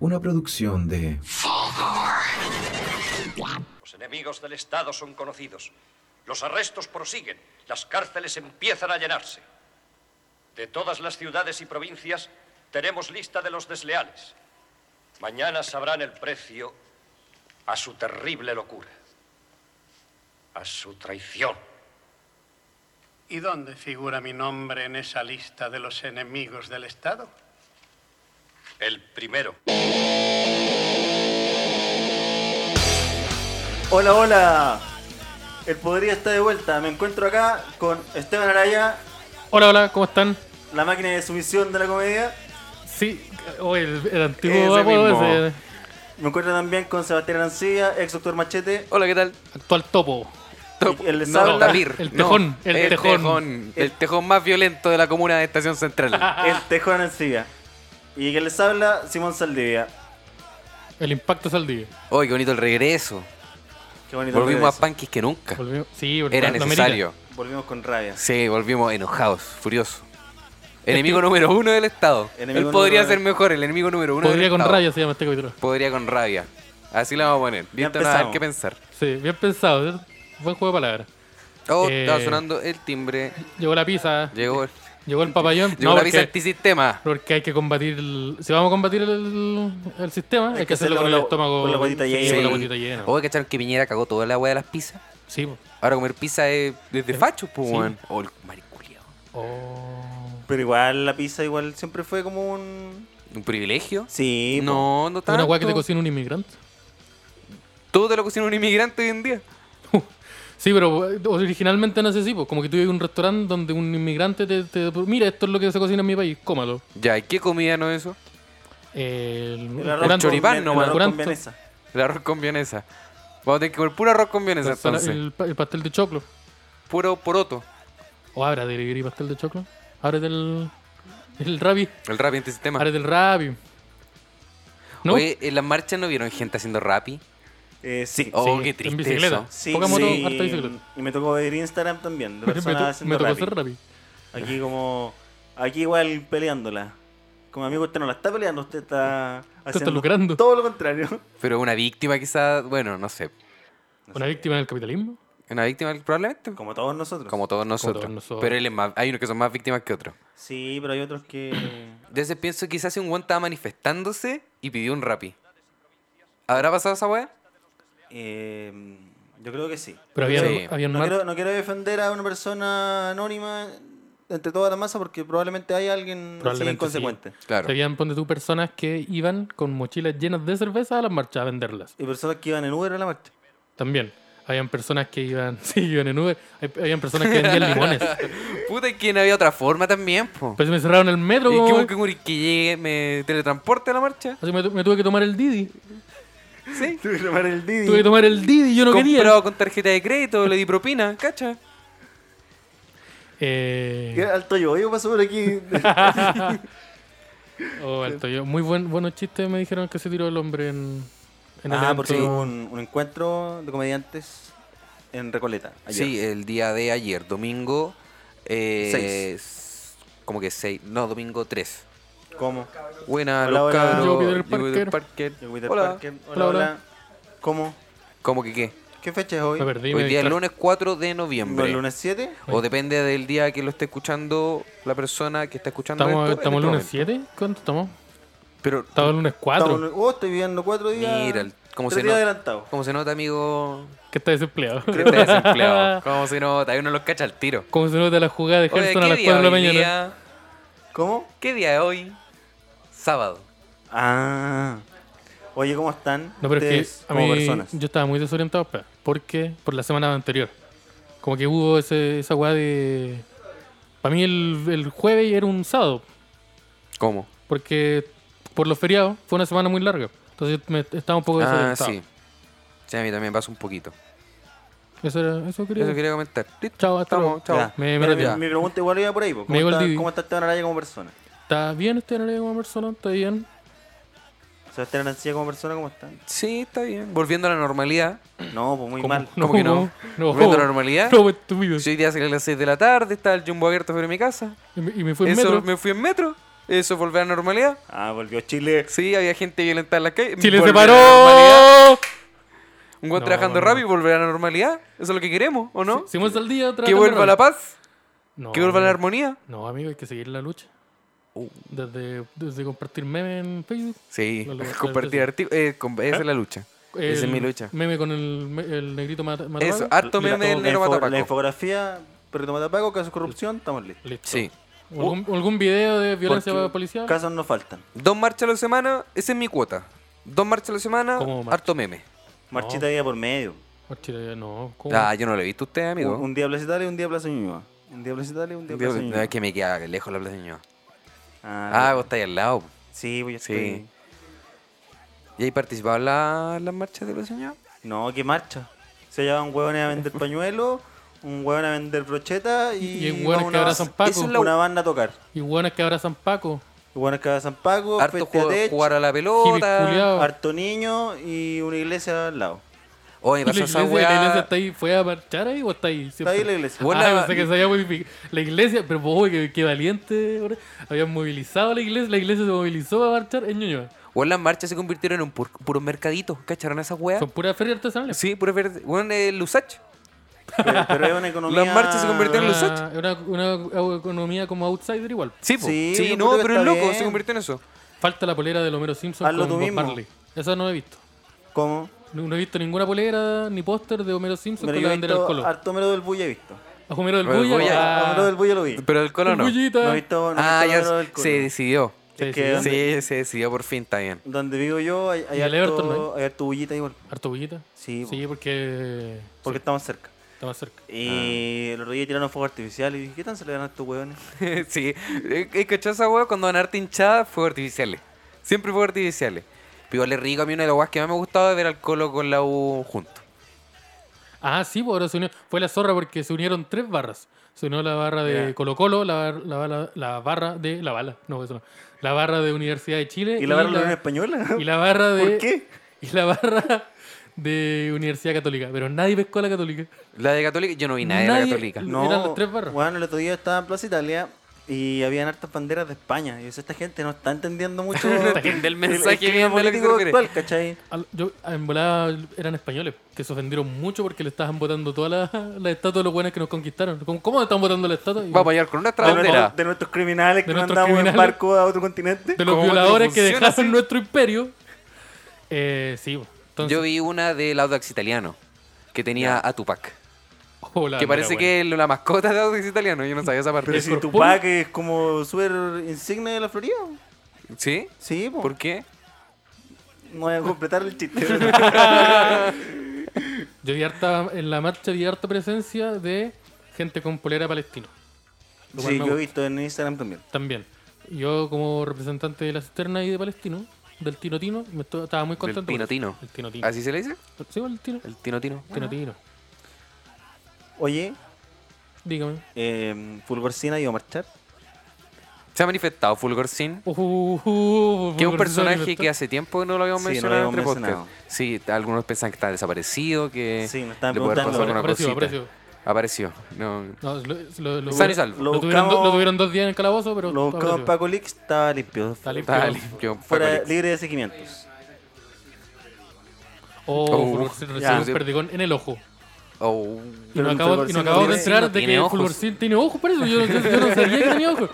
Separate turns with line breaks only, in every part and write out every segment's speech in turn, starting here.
Una producción de
Los enemigos del Estado son conocidos. Los arrestos prosiguen. Las cárceles empiezan a llenarse. De todas las ciudades y provincias tenemos lista de los desleales. Mañana sabrán el precio a su terrible locura, a su traición.
¿Y dónde figura mi nombre en esa lista de los enemigos del Estado?
El primero.
Hola, hola. El Podría está de vuelta. Me encuentro acá con Esteban Araya,
Hola, hola, ¿cómo están?
la máquina de sumisión de la comedia.
Sí, o el, el
Ese
antiguo apodo
mismo.
ese,
Me encuentro también con Sebastián Arancilla, ex doctor Machete.
Hola, ¿qué tal?
actual topo.
Y el les
No,
habla-
Talir.
el
No,
tejón, el tejón.
El tejón más violento de la comuna de Estación
Ah.
Central.
El Tejón Arancilla. Y que les habla Simón Saldivia.
El impacto saldivia.
Hoy, qué bonito el regreso.
Qué bonito.
Volvimos más
regreso.
punkies que nunca.
Volvimos- Sí, volvimos
Era
a América.
necesario.
Volvimos con rabia.
Sí, volvimos enojados, furiosos. Enemigo número uno del Estado.
Enemigo
Él podría
número-
ser mejor, el enemigo número uno
Podría
del
con
Estado.
rayas se llama este capítulo.
Podría con rabia. Así la vamos a poner.
Ya
Listo, nada,
empezamos.
que pensar.
Sí, bien pensado. ¿cierto? Buen juego de palabras.
Oh,
Eh,
estaba sonando el timbre.
Llegó la pizza,
Llegó, llegó
llegó el papayón. no,
la
porque,
visa antisistema.
porque hay que combatir. el- si vamos a combatir el, el sistema, hay, que hacerlo con el estómago.
con la guatita
sí,
llena.
con la
Sí.
guatita llena.
Oye, Oh, ¿cacharon que Piñera cagó toda la agua de las pizzas?
Sí, po.
Ahora comer pizza es desde
Sí.
facho, pues,
Sí.
weón. Oh, el mariculiao.
Oh.
Pero igual la pizza igual siempre fue como un...
¿Un privilegio?
Sí. po.
No, no tanto.
Una weá que te cocina un inmigrante.
Todo te lo cocina un inmigrante hoy en día.
Sí, pero eh, originalmente no es así, po. como que tú ibas a un restaurante donde un inmigrante te, te- Mira, esto es lo que se cocina en mi país, cómalo.
Ya, ¿y qué comida no es eso?
El,
El arroz
curanto.
con-
choripán,
el
no,
arroz
curanto.
con vienesa.
El arroz con vienesa. Vamos a tener que comer puro arroz con vienesa,
Persona-
entonces.
el, pa- el pastel de choclo.
Puro poroto.
O habrá delivery pastel de choclo. Habrá del. El rabi.
El rapi antisistema.
Habrá del rabi. ¿No?
Oye, en las marchas no vieron gente haciendo rapi.
Eh, sí.
Oh,
Sí,
qué
en
triste
bicicleta.
eso.
Sí,
Poca moto,
sí.
harta bicicleta.
Y me tocó ver Instagram también. De
Me, me
personas
to-
haciendo
me tocó
rapping.
hacer rabi.
Aquí como... Aquí igual peleándola. Como amigo, usted no la está peleando, usted está... haciendo
lucrando.
Todo lo contrario.
Pero una víctima quizás, bueno, no sé.
Una víctima del capitalismo.
Una víctima probablemente. Como,
Como todos nosotros.
todos nosotros.
nosotros.
Pero él es más, hay unos que son más víctimas que otros.
Sí, pero hay otros que...
Entonces pienso quizás si un guan estaba manifestándose y pidió un rapi. ¿Habrá pasado esa weá?
eh, yo creo que sí.
Pero había,
Sí.
había un
No
mar-
quiero, no quiero defender a una persona anónima entre toda la masa porque probablemente hay alguien así
Probablemente sí.
inconsecuente.
Claro.
Habían, ponte tú, personas que iban con mochilas llenas de cerveza a las marchas a venderlas.
Y personas que iban en Uber a la marcha.
También. Habían personas que iban. Sí, iban en Uber. Hay- Habían personas que vendían limones.
Puta, y que no había otra forma también, po.
Pues me cerraron el metro.
¿Y
como-
qué que, que llegue, me teletransporte a la marcha?
Así me, tu- me tuve que tomar el Didi.
Sí.
Tuve que tomar el Didi.
Tuve que tomar el Didi, yo no quería.
Comprado con tarjeta de crédito, le di propina, ¿cacha?
Eh,
Qué alto yo, yo paso por aquí.
oh, alto, yo- Muy buen, buenos chistes me dijeron que se tiró el hombre en, en el
ah,
evento.
porque hubo un, un encuentro de comediantes en Recoleta. ayer.
Sí, el día de ayer, domingo. Eh,
Seis.
s- Como que 6, no, domingo 3.
¿Cómo?
Buena,
Hola,
los
hola.
cabros.
Yo, Peter
Yo,
Parker.
Peter Parker.
Yo Peter
Hola.
Parker. Hola, hola,
Hola, hola.
¿Cómo?
¿Cómo que qué?
¿Qué fecha es hoy?
Me perdí,
Hoy
me
día es
distraje.
lunes 4 de
¿No
noviembre.
¿El lunes 7?
O depende del día que lo esté escuchando la persona que está escuchando.
¿Estamos,
esto en
estamos
este
lunes
momento.
7? ¿Cuánto estamos?
Pero
Estamos el lunes 4.
Estamos- Oh, estoy viviendo cuatro días.
mira, el- como
tres
se,
días
nota,
adelantado.
como se nota, amigo,
Que está desempleado.
que está desempleado. Como se nota, ahí uno los cacha al tiro.
¿Cómo se nota la jugada de
Oye,
Gerson a las
¿qué
4 de la
día hoy
mañana?
día?
¿Cómo?
¿Qué día es hoy? Sábado.
Ah. Oye, ¿cómo están?
No, pero es
ustedes
que a
como
mí
personas.
yo estaba muy desorientado, pa, porque por la semana anterior. Como que hubo ese, esa weá de... Para mí el, el jueves era un sábado,
¿Cómo?
porque por los feriados fue una semana muy larga. Entonces me, estaba un poco
Ah,
desorientado.
sí. Sí, a mí también pasa un poquito.
Eso, era, eso quería
Eso
decir.
quería comentar. Listo,
Chao, hasta
estamos,
luego.
chao.
Ya.
Me- me
Mira,
retiro.
mi, mi pregunta igual iba por ahí. po.
Me
¿Cómo,
llegó el
está,
Didi.
¿Cómo está Esteban Araya como persona?
¿Está bien este horario como persona? ¿Está bien?
Sebastián Arancilla como persona, ¿cómo están?
Sí, está bien. Volviendo a la normalidad.
No, pues muy
¿Cómo?
mal.
¿Cómo que no? ¿Volviendo a la normalidad?
No, estúpido.
Si hoy día salí a las 6 de la tarde, estaba el jumbo abierto sobre mi casa.
Y me, y me fui en
Eso
metro.
me fui en metro. Eso es volver a la normalidad.
Ah, volvió Chile.
Sí, había gente violentada en la calle.
Chile se
volver a la normalidad.
paró.
Un buen
No,
trabajando
no.
rápido y volver a la normalidad. Eso es lo que queremos, ¿o no?
Simón Saldía otra
que
vez
vuelva
ganó.
la paz,
No,
que vuelva la
amigo.
armonía.
No, amigo, hay que seguir la lucha.
Uh.
Desde, desde compartir memes en Facebook.
Sí,
Lo logró,
compartir
claro
artículos. Eh, com- esa es la lucha. Esa es
El
mi lucha.
Meme con el, me- el negrito mata, Matapaco.
Eso, ah, harto
La-
meme del
la
negro
info- La
Matapaco.
infografía, Perrito Matapaco, casos de corrupción, estamos listos.
Listo.
Sí. Uh.
¿O ¿Algún, o algún video de violencia
Porque
policial?
Casos no faltan.
Dos marchas a la semana, esa es mi cuota. Dos marchas a la semana,
¿Cómo marcha?
harto meme.
Marchita día por medio.
Marchita, Oh, no. ¿cómo?
Ah, yo no lo he visto a usted, amigo.
Un, un día Plaza Italia, un día Plaza Ñuñoa. Un día Plaza Italia, un día
Dios,
Plaza
no,
Ñuñoa.
es que me queda lejos la plaza de Ñuñoa.
Ah,
Ah, vos estáis al lado.
sí, pues yo
Sí.
estoy-
¿Y ahí participado en la- las marchas de Plaza de Ñuñoa?
No, qué marcha. Se llevan hueones a vender pañuelos, un hueón a vender brocheta y,
Y hay
va
hueones que
una,
abrazan Paco.
Esa es la- una banda a tocar.
Y hueones que abrazan Paco.
Hueones que abrazan Paco,
Harto
Feste a
juego-
Tech,
jugar a la
Hippies
pelota.
culiados.
harto niño y una iglesia al lado.
Oye,
¿Y la
pasó
iglesia,
esa
la iglesia
weá.
está ahí, fue a marchar ahí o está ahí?
Está
siempre?
ahí la iglesia.
Bueno,
Ah,
la-
pensé que se había movi- la iglesia, pero pues, uy, qué, qué valiente. ahora. Habían movilizado a la iglesia, la iglesia se movilizó a marchar en Ñuñoa.
O en las marchas se convirtieron en un pur- puro mercadito. ¿Cacharon esas weas?
Son puras ferias artesanales.
Sí, puro verde. Bueno, el Lusach.
Ah, Pero, pero es una economía.
Las marchas se convirtieron en
Una-
los ocho.
Una, una economía como outsider igual.
Sí, po.
Sí,
sí,
yo
no,
creo que
pero es
está
loco,
bien.
se convirtió en eso.
Falta la polera de Homero Simpson
Hazlo
con
tú
Bob
mismo.
Marley. Esa no la he visto.
¿Cómo?
No, no he visto ninguna polera ni póster de Homero Simpson
Pero
con
yo
la
he
bandera del
visto
Colo.
harto mero del Bulla he visto.
A Homero del
Homero del
Bulla.
Bulla.
ah,
Homero del Bulla lo vi.
Pero el colo
el
no.
Bullita.
No he visto, no he
Ah,
visto
ya
mero del Colo.
se decidió.
Es
Sí,
que
sí,
donde,
Sí, se decidió por fin, está bien.
donde vivo yo hay, hay
¿Y el
harto,
Everton, no
hay harto bullita igual,
Harto Bullita.
Sí, po.
Sí, porque
porque estamos cerca.
está más cerca.
Y el otro día tiraron fuego artificial y dije, ¿qué tan se le dan a estos hueones?
sí, eh, eh, ¿cachó esa weá? Cuando van a arte hinchada, fuegos artificiales. Siempre fuegos artificiales. Pero igual es rico, a mí una de las weas que más me ha gustado es ver al Colo con la U juntos.
Ah, sí, pues ahora se unió. Fue la zorra porque se unieron tres barras. Se unió la barra de
Ya.
Colo Colo, la, bar- la, bala- la barra de La Bala, no, eso no. La barra de Universidad de Chile.
¿Y la barra de la Unión Española?
y la barra de.
¿Por qué?
Y la barra de Universidad Católica. Pero nadie pescó a la Católica.
La de Católica, yo no vi nada de la
Nadie-
Católica.
No. eran las tres barras.
Bueno, el otro día estaba en Plaza Italia y habían hartas banderas de España. Y yo, esta gente no está entendiendo mucho
entiende el mensaje
clima
bien de lo que se
político
refiere.
actual, ¿cachai?
Al- Yo, en volada eran españoles, que se ofendieron mucho porque le estaban votando todas las las estatuas de los buenos que nos conquistaron. ¿Cómo, cómo están votando la estatua? Y-
Vamos a llegar con nuestra
De, nuestros-
bandera.
de nuestros criminales que
De
no
nuestros
andamos en
criminales.
barco a otro continente.
de los
¿Cómo
violadores
no
que
funciona
dejaron
así?
nuestro imperio. Eh, sí, pues, entonces,
Yo vi una del Audax italiano, que tenía a Tupac.
oh, la
Que
bandera,
parece
bueno.
que es la mascota de Audax italiano, yo no sabía esa parte.
Pero si
Corpón.
Tupac es como súper insigne de la Florida.
¿Sí?
Sí, po.
¿Por qué?
No voy a completar el chiste.
Yo vi harta, en la marcha vi harta presencia de gente con polera palestina. Lo cual
sí,
me
yo he
gusta.
visto en Instagram también.
También. Yo como representante de la cisterna y de palestino, del Tino Tino, me estu- estaba muy contento. por eso.
Tino Tino. Ah,
El Tino Tino.
¿Así se le dice?
Sí, el Tino.
El Tino Tino.
Tino Tino.
Oye,
Dígame.
eh, Fulgorcina iba a marchar.
Se ha manifestado Fulgor Sin,
Uh, uh, uh,
que es un
por eso
personaje
está-
que hace tiempo que no lo habíamos
Sí, no lo
mencionado en
habíamos
entre podcast.
mencionado.
Sí, algunos piensan que está desaparecido, que
Sí, nos estaban
le puede haber
preguntando.
pasado alguna
Apareció,
cosita. Apareció. No.
No, lo, lo- lo-
Sano y salvo.
lo
Lo
tuvieron, do-
buscamos-
lo tuvieron dos días en el calabozo, pero...
Lo buscamos en
apareció.
Paco Lix, estaba limpio.
Está limpio.
Está limpio. fue
Fuera,
Colix.
libre de seguimientos.
Oh,
Oh,
Fulgor Sin recibe
ya.
un perdigón en el ojo.
Oh.
Y no
Pero el
acabo, y
Fulgorcín
no
no
acabo de
tiene-
entrar
no
de
tiene
que
ojos.
Fulgorcín tiene ojos, por eso. Yo, yo- yo no sabía que tenía ojos.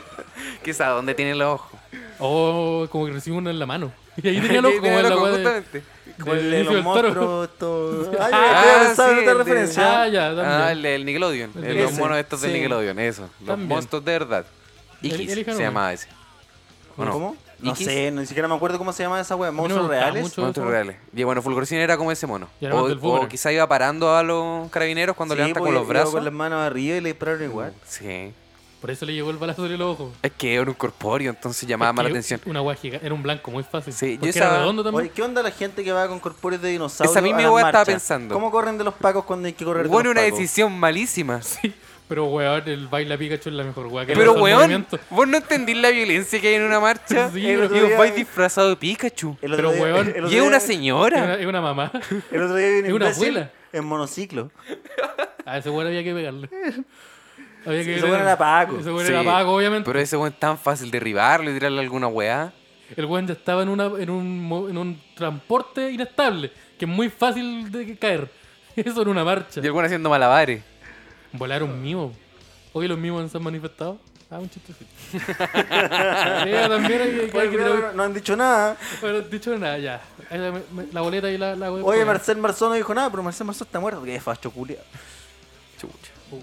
¿Qué sabe? ¿Dónde tiene los ojos?
Oh, como que recibe uno en la mano. Y ahí tenía el ojo, como
Tiene
en
el
la
ojo,
weá de-
justamente.
Como
del
el de
inicio
los
del toro.
monstruos, esto. Ay, ah,
sí,
¿sabes otra
el de-
referencia?
Ah, ya, también.
Ah, el del Nickelodeon.
El
el-
del-
los
Ese,
monos estos
sí.
del Nickelodeon, eso. Los
También.
monstruos de verdad.
El-
Ikis
elijan
se
uno.
llamaba ese. ¿o no?
¿Cómo? No
Ikis.
sé, no, ni siquiera me acuerdo cómo se llama esa wea.
me
¿Monstruos
gustaba
reales?
mucho.
Monstruos
eso.
reales. Y bueno, Fulgorcín era como ese mono.
Y
O,
era más del Fulgor.
o quizá iba parando a los carabineros cuando
Sí,
levanta
pues,
con los
iba
brazos.
Con las manos arriba y le dispararon igual.
Sí.
Por eso le llegó el balazo en el ojo.
Es que era un corpóreo, entonces llamaba
Es
más la
que
atención.
Una guay gigante. Era un blanco muy fácil.
Sí, yo
Porque
estaba-
era redondo
Oye,
también.
¿qué onda la gente que va con corpóreos de dinosaurios?
Esa misma
a las
wea estaba
marchas?
pensando.
¿Cómo corren de los pacos cuando hay que correr
Bueno,
de los
una
pacos?
decisión malísima.
Sí, pero weón, el baila Pikachu es la mejor weá que le
Pero
pasó al
weón,
movimiento.
vos no entendís la violencia que hay en una marcha.
Sí,
y
el
vos
otro día-
vais disfrazado de Pikachu.
El otro
Pero,
día-
weón,
el otro
Y es
día-
una
Es una,
señora.
es una mamá.
El otro día vi un
Es una
imbécil
abuela.
en monociclo.
A ese weón había que pegarle. Había que
Ese
ver-
weón era Paco.
Ese weón
Sí.
era Paco, obviamente.
Pero ese weón es tan fácil derribarlo y tirarle alguna weá.
El weón ya estaba en, una, en, un, mo- en un transporte inestable, que es muy fácil de que caer. Eso en una marcha.
Y el weón haciendo malabares.
Volar un mimo. Hoy los mimos se han manifestado. Ah, un chistecito. Sí, también hay que- hay
Oye,
que
pero
tener-
no, no han dicho nada.
Bueno, dicho nada, ya. Ahí La, me- la boleta y la, la
Oye, Marcel Marzón no dijo nada, pero Marcel Marzón está muerto. Qué facho, culia.
Chucha. Uh,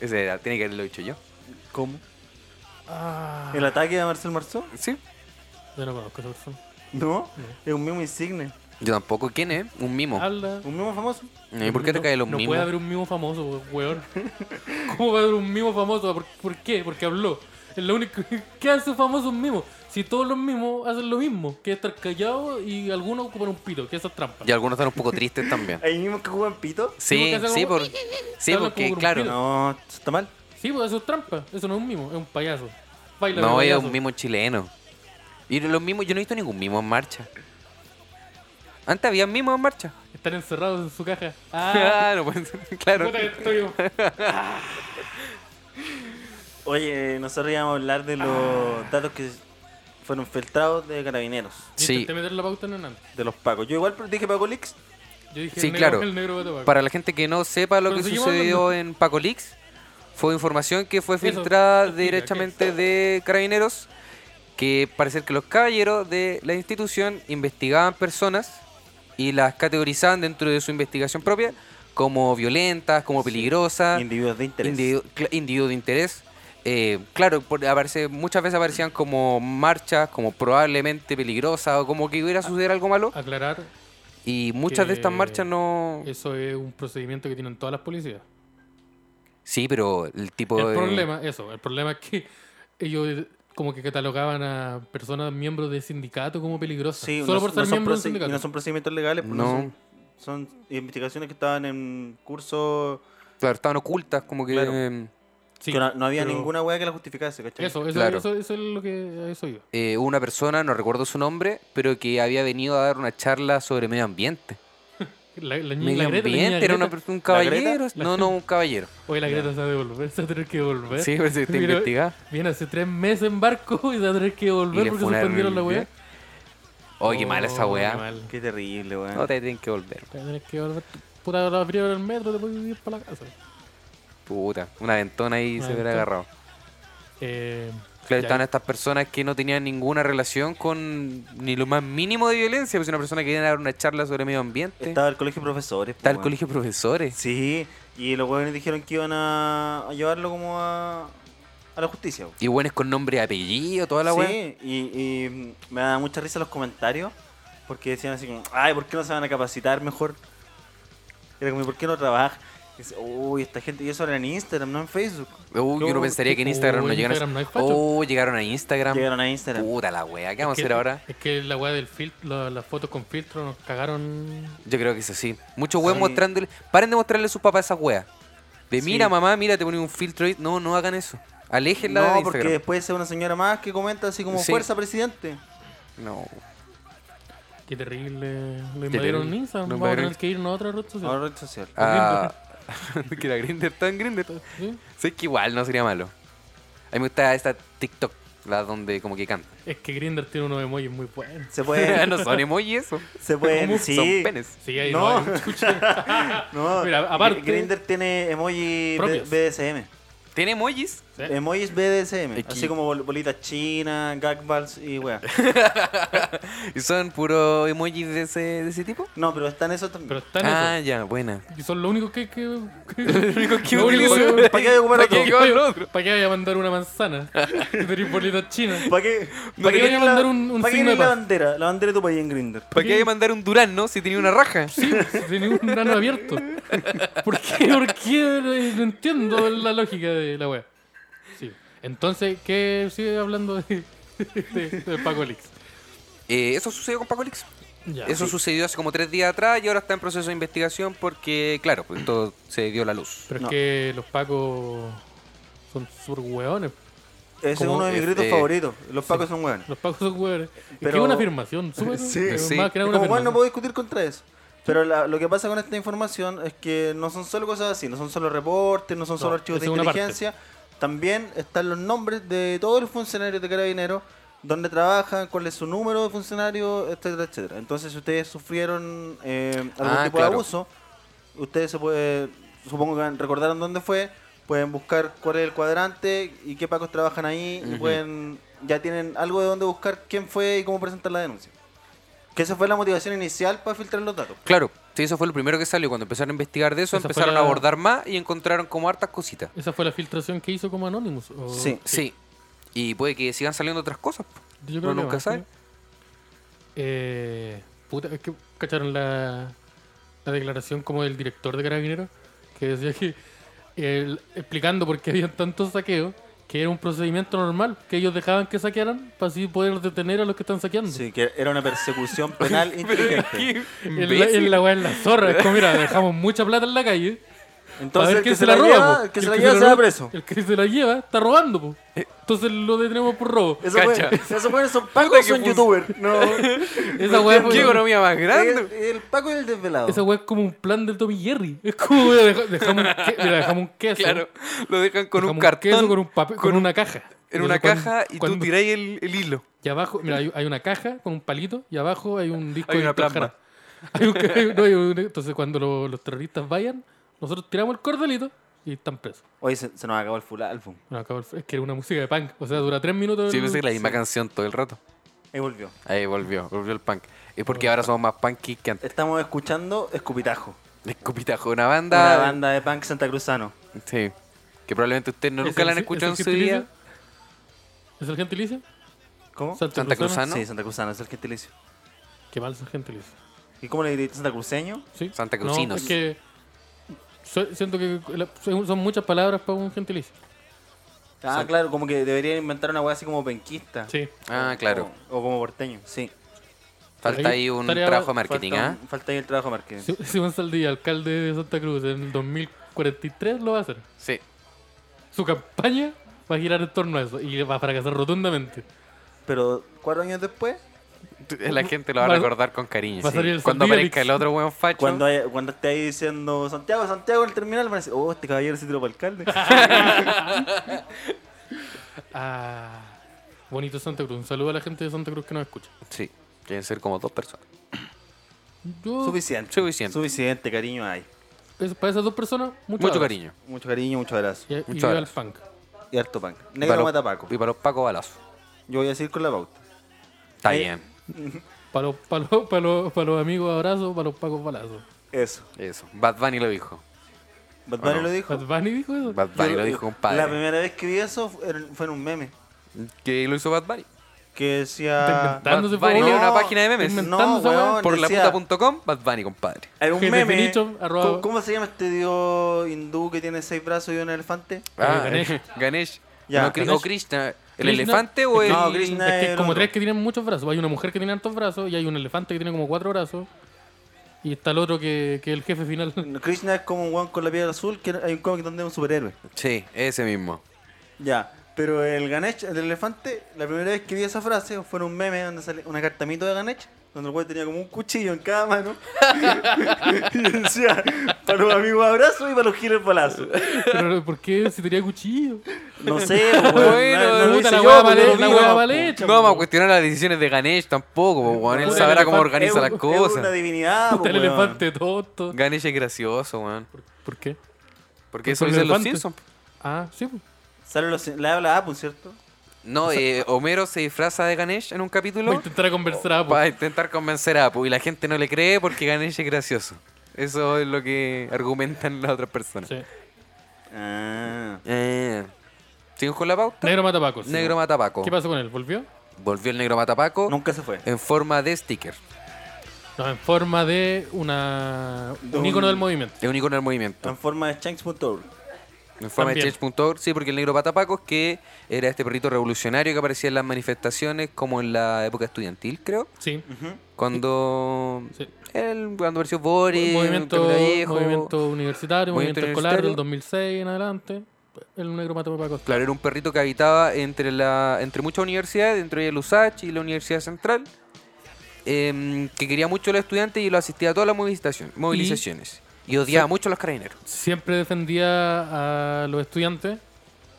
Ese era- tiene que haberlo dicho yo.
¿Cómo?
Ah.
¿El ataque de Marcel Marzón?
Sí.
Yo no conozco a esa persona.
No, es un mimo insigne.
Yo tampoco. ¿Quién es? Un mimo.
Habla.
¿Un mimo famoso?
¿Y por qué te
No-
caen los
No
mimos?
puede haber un mimo famoso, we- weón. ¿Cómo va a haber un mimo famoso? ¿Por, por qué? Porque habló. Es lo único. ¿Qué hace famoso un mimo? Si todos los mimos hacen lo mismo, que es estar callado y algunos ocupan un pito, que eso es trampa.
Y algunos están un poco tristes también.
¿Hay mimos que juegan pito?
Sí,
porque hace
sí,
como-
por- sí,
hablan
porque
como
claro.
grumpilo.
No, eso está mal.
Sí, pues eso es trampa. Eso no es un mimo, es un payaso. Baila
No,
de
es
payaso.
un mimo chileno. Y los mimos, yo no he visto ningún mimo en marcha. Antes había mimos en marcha.
Están encerrados en su caja. Ah,
Claro, pues, claro.
puta que estoy.
Oye, nosotros íbamos a hablar de
Ah.
los datos que fueron filtrados de carabineros,
Sí.
Intenté meter la pauta en Hernán.
de los pacos. Yo igual dije Paco Lix.
Yo dije,
Sí,
el negro,
claro.
el negro va a tocar.
Para la gente que no sepa lo
Pero
que
seguimos
sucedió
hablando.
en Pacolix, fue información que fue
Eso,
filtrada
explica,
directamente de carabineros, que parece que los caballeros de la institución investigaban personas y las categorizaban dentro de su investigación propia como violentas, como
Ah.
peligrosas,
Individuos de interés.
individu- cl- individuo de interés. Eh, claro, por- aparece, muchas veces aparecían como marchas, como probablemente peligrosas o como que iba a suceder algo malo.
aclarar,
Y muchas de estas
que
marchas no...
eso es un procedimiento que tienen todas las policías.
Sí, pero el tipo
El
de...
problema, eso, el problema es que ellos eh, como que catalogaban a personas miembros de sindicato como peligrosas.
Sí,
solo
no-
por
no
ser
son
miembros de
proce- y
un sindicato.
No son procedimientos legales, porque no
No.
son, son investigaciones que estaban en curso.
Claro, estaban ocultas, como que...
Claro.
eh,
Sí,
que no, no había
pero
ninguna weá que la justificase, ¿cachai?
Eso, eso,
Claro.
eso, eso es lo que a eso iba.
eh, una persona, no recuerdo su nombre, pero que había venido a dar una charla sobre medio ambiente.
La, la niña-
Medio
la Greta, la niña
ambiente, era una
Greta.
per- un
¿La Greta?
caballero. No, no, un caballero.
Oye, la Greta se va a devolver, se va a tener que volver.
Sí, pero se está
Mira,
investigada.
Viene hace tres meses en barco y se va a tener que volver porque
funaron
suspendieron
el
la weá.
video. Oye, qué mala esa
Oh,
weá.
qué mal.
Qué terrible, weón.
No te tienen que volver.
Te vas a tener que volver. Puta, la primera hora del metro, te puedes ir para la casa.
Puta, una ventona ahí
Una
se hubiera
ventona.
agarrado.
Eh,
Claro,
ya,
estaban estas personas que no tenían ninguna relación con ni lo más mínimo de violencia, pues una persona que viene a dar una charla sobre medio ambiente. Está,
Estaba el colegio de profesores. po,
el
weón.
colegio de profesores.
Sí, y los weones dijeron que iban a, a llevarlo como a, a la justicia. po.
Y buenos con nombre y apellido, toda la weá.
sí, y, y, mm, me da mucha risa los comentarios porque decían así como, ay, ¿por qué no se van a capacitar mejor? Era como, ¿por qué no trabajan? Dice, Uy, esta gente, y eso era en Instagram, no en Facebook.
Uy, Uh, yo no
No,
pensaría que en
oh,
Instagram no
en
llegaron
Instagram no hay
a...
facho.
Oh, llegaron a Instagram.
Llegaron a Instagram.
Puta la wea, ¿qué
es
vamos
que-
a hacer ahora?
Es que la weá del filtro, la- las fotos con filtro nos cagaron.
Yo creo que eso sí. Muchos weas
Sí.
mostrándole. Paren de mostrarle a sus papás esas weas. De
Sí.
mira, mamá, mira, te ponen un filtro ahí. No, no hagan eso. Aléjenla de
No, porque
Instagram.
después es una señora más que comenta así como,
Sí.
fuerza, presidente.
No.
Qué terrible. Lo invadieron
terrible.
Instagram.
Lo
Vamos a
invadieron.
tener que irnos a otra red social.
Ahora red social.
Ah, que era Grinder, tan Grinder.
¿Sí?
Sé que igual no sería malo. A mí me gusta esta TikTok, la donde como que canta.
Es que Grindr tiene unos emojis muy buenos.
Se puede,
no son emoji eso.
se puede,
¿Cómo?
sí.
Son penes.
Sí, ahí
No.
no. escucha.
No,
Mira, aparte-
Grinder tiene emoji B-
Propios.
BDSM.
¿Tiene emojis?
Sí.
Emojis BDSM.
Aquí.
Así como bol- bolitas chinas, gagballs y weá.
¿Y son puro emojis de ese, de ese tipo?
No, pero están esos también.
Pero están
ah, ya, buena.
esos. Y son los únicos que. que, que
que
lo único
utilizo.
que-
¿Para qué voy a ocupar
¿Para qué?
otro?
¿Qué va el otro?
¿Para qué vaya a mandar una manzana? Que tenés bolitas chinas.
¿Para qué?
No
¿Para qué
quería
querés
mandar
la-
un- un
¿Para qué
signo de
querés la
paz?
bandera? La bandera de tu país en Grinder.
¿Para qué hay que mandar un durazno si tenía una raja?
Sí, si tiene un grano abierto. ¿Por qué? ¿Por qué? No entiendo la lógica de la wea. Sí. Entonces, ¿qué sigue hablando de, de, de Paco Lix?
Eh, eso sucedió con Paco Lix.
Ya.
Eso
Sí.
sucedió hace como tres días atrás y ahora está en proceso de investigación porque, claro, pues, todo se dio la luz.
Pero es
No.
que los Pacos son súper hueones.
Ese es
¿Cómo?
uno de mis
Eh,
gritos
eh.
favoritos. Los pacos son weones.
Los Pacos son hueones. Es que
Pero-
es una afirmación súper.
Sí,
eh,
sí.
Más que nada
Y Como weón
una
no
afirmación.
puedo discutir contra eso. Pero la- lo que pasa con esta información es que no son solo cosas así, no son solo reportes, no son solo
No,
archivos de
esa es una parte.
inteligencia. También están los nombres de todos los funcionarios de Carabineros, dónde trabajan, cuál es su número de funcionarios, etcétera, etcétera. Entonces, si ustedes sufrieron eh, algún
Ah,
tipo
claro.
de abuso, ustedes se puede, supongo que recordaron dónde fue, pueden buscar cuál es el cuadrante y qué pacos trabajan ahí y pueden ya tienen algo de dónde buscar quién fue y cómo presentar la denuncia. Que esa fue la motivación inicial para filtrar los datos.
Claro, sí, eso fue lo primero que salió. Cuando empezaron a investigar de eso,
Esa fue
empezaron
la-
a abordar más y encontraron como hartas cositas.
Esa fue la filtración que hizo como Anonymous. o-
Sí.
Sí. Y puede que sigan saliendo otras cosas. po.
Yo
Uno
creo que
nunca
más,
sabe.
creo. Eh, puta, es que cacharon la, la declaración como del director de Carabineros que decía que el- explicando por qué había tantos saqueos que era un procedimiento normal que ellos dejaban que saquearan para así poder detener a los que están saqueando.
Sí, que era una persecución penal inteligente.
En la, en la weá en la zorra, es como mira, dejamos mucha plata en la calle. para
Entonces,
ver
el que
quién
se la
roba.
lleva,
po.
el que
El
se la lleva se va
roba-
preso.
El que se la lleva está robando, po.
Eh.
Entonces lo detenemos por robo.
Eso fue,
Cacha.
esos buenos son pacos o son
fun-
youtubers. No.
Esa weá
¡Qué
fue-
economía más
el,
Ah, grande!
el paco y el desvelado.
Esa weá es como un plan del Tommy Jerry. Es como, mira, deja- dejamos, un que- mira, dejamos un queso.
Claro, lo dejan con
dejamos
un cartón
queso, con, un papel, con, una caja.
en una
Entonces,
caja
cuando-
y
cuando-
tú tiráis el, el hilo.
Y abajo, mira, hay, hay una caja con un palito y abajo hay un disco
Hay
de
una
Víctor
plasma.
Jara. Hay un- hay un- no, hay un- entonces cuando lo- los terroristas vayan, nosotros tiramos el cordelito y están presos.
Oye, se, se nos acabó el full álbum.
Bueno, acabó el- es que era una música de punk. O sea, dura tres minutos.
Sí,
el-
pensé que la misma
Mm, sí.
canción todo el rato.
Y volvió.
Ahí volvió, volvió el punk. Es porque ahora somos más punky que antes.
Estamos escuchando Escupitajo.
Escupitajo, una banda.
Una banda de punk santacruzano.
Sí. Que probablemente ustedes no- nunca
¿Es
la han
el-
escuchado en
es
su
el gentilicio?
día.
¿Es el gentilicio?
¿Cómo?
Santa Cruzana. ¿Santacruzano?
Sí, santacruzano, es el gentilicio.
Qué mal ser gentilicio.
¿Y cómo le diréis santacruceño?
¿Sí?
Santa
No,
Crucinos.
es que so- siento que la- son son muchas palabras para un gentilicio.
Ah,
Sant-
claro, como que deberían inventar una weá así como penquista.
Sí.
Ah, claro.
O, o como porteño, sí.
Falta ahí un
Tarea-
trabajo de marketing,
Falta,
¿ah?
un- falta ahí el trabajo de marketing.
Si- Simón Saldí, alcalde de Santa Cruz, en el 2043 lo va a hacer.
Sí.
Su campaña va a girar en torno a eso y va a fracasar rotundamente.
Pero cuatro años después,
La gente lo va a
Va-
recordar con cariño.
va a
sí.
salir el
Cuando
Saldivia
aparezca
Mix.
el otro weón facho.
cuando, haya- cuando esté ahí diciendo Santiago, Santiago en el terminal, van a decir, oh, este caballero se tiró para alcalde.
Ah, bonito Santa Cruz. Un saludo a la gente de Santa Cruz que nos escucha.
Sí. Quieren ser como dos personas.
Yo-
Suficiente.
Suficiente.
Suficiente, cariño hay.
es- para esas dos personas, mucho,
Mucho
abrazo.
cariño.
Mucho cariño, mucho abrazo.
Y, y
Mucho
viva el
abrazo.
punk.
Y harto punk.
Y
Negro
para los-
mata Paco.
Y para los Paco Balazo.
Yo voy a decir con la pauta.
Está
Eh,
bien.
Para los, para los, para los, para los amigos, abrazo. Para los pacos, balazos.
Eso.
Eso. Bad Bunny lo dijo.
Bad Bunny
Bueno,
lo dijo.
Bad Bunny dijo eso.
Bad Bunny
Yo-
lo dijo, compadre.
La primera vez que vi eso fue en- fue en un meme.
¿Qué lo hizo Bad Bunny?
Que
Está
decía.
inventando ese
Bad Bunny
juego.
era una
No,
página de memes.
inventando
No,
esa weá.
weón,
Por la
decía-
puta.com, Bad Bunny, compadre.
Hay un
Jefe
meme.
Finito, arroba-
¿Cómo, cómo se llama este dios hindú que tiene seis brazos y un elefante?
Ah, Ganesh.
eh, Ganesh.
Ya.
No, Kri-
Ganesh.
O Krishna. ¿El
Krishna.
elefante o el.?
No, Krishna
Es que hay
era
como
otro.
tres que tienen muchos brazos. Hay una mujer que tiene hartos brazos y hay un elefante que tiene como cuatro brazos. Y está el otro que, que es el jefe final.
Krishna es como un guan con la piel azul, que hay un cómic donde es un superhéroe.
Sí, ese mismo.
Ya. Pero el Ganesh, el elefante, la primera vez que vi esa frase fue en un meme donde sale una cartamito de Ganesh, donde el güey tenía como un cuchillo en cada mano. y decía, para los amigos abrazo y para los giles balazo.
Pero ¿por qué si tenía cuchillo?
No sé, pues, weón,
Bueno,
no- no lo
puta,
hice
la
yo,
hueá
pues,
mal
yo lo
hecha,
vi,
la hueá
pues,
mal
po.
hecha.
No vamos a cuestionar las decisiones de Ganesh tampoco, po, weón. Él
Puta,
sabrá
el
cómo
elefante-
organiza
Es
las
un- Es una
cosas.
divinidad,
Puta,
pues,
el
weón.
elefante tonto.
Ganesh es gracioso, weón.
¿Por, por qué?
Porque eso
¿Por
lo
el
dicen los
elefante?
Simpsons.
Ah, sí. pues.
Sale los, le habla a Apu, ¿cierto?
No, eh, Homero se disfraza de Ganesh en
Voy
un
a
capítulo
intentar a conversar. ah,
para
pues.
intentar convencer a Apu y la gente no le cree porque Ganesh es gracioso. Eso es lo que argumentan las otras personas.
Sí.
Ah.
Eh, ¿Sigo con la pauta?
Negro mata pacos. sí.
Negro Matapaco.
¿Qué pasó con él? ¿Volvió?
Volvió el Negro Matapaco
Nunca se fue.
en forma de sticker.
No, en forma de una
De
un
un-
ícono del movimiento.
Es un icono del movimiento.
En forma de change.org.
En forma de
También.
change.org, sí, porque el negro Patapacos, que era este perrito revolucionario que aparecía en las manifestaciones como en la época estudiantil, creo.
Sí.
Cuando.
Sí.
él- cuando apareció Boris,
movimiento,
Camilo Viejo.
movimiento universitario,
Movimiento
movimiento, escolar
universitario.
del 2006 en adelante. El negro mata pacos.
Claro, era un perrito que habitaba entre la entre muchas universidades, entre ellas el USACH y la Universidad Central. em, que quería mucho a los estudiantes y lo asistía a todas las movilización- movilizaciones. Y odiaba mucho a los carabineros.
Siempre defendía a los estudiantes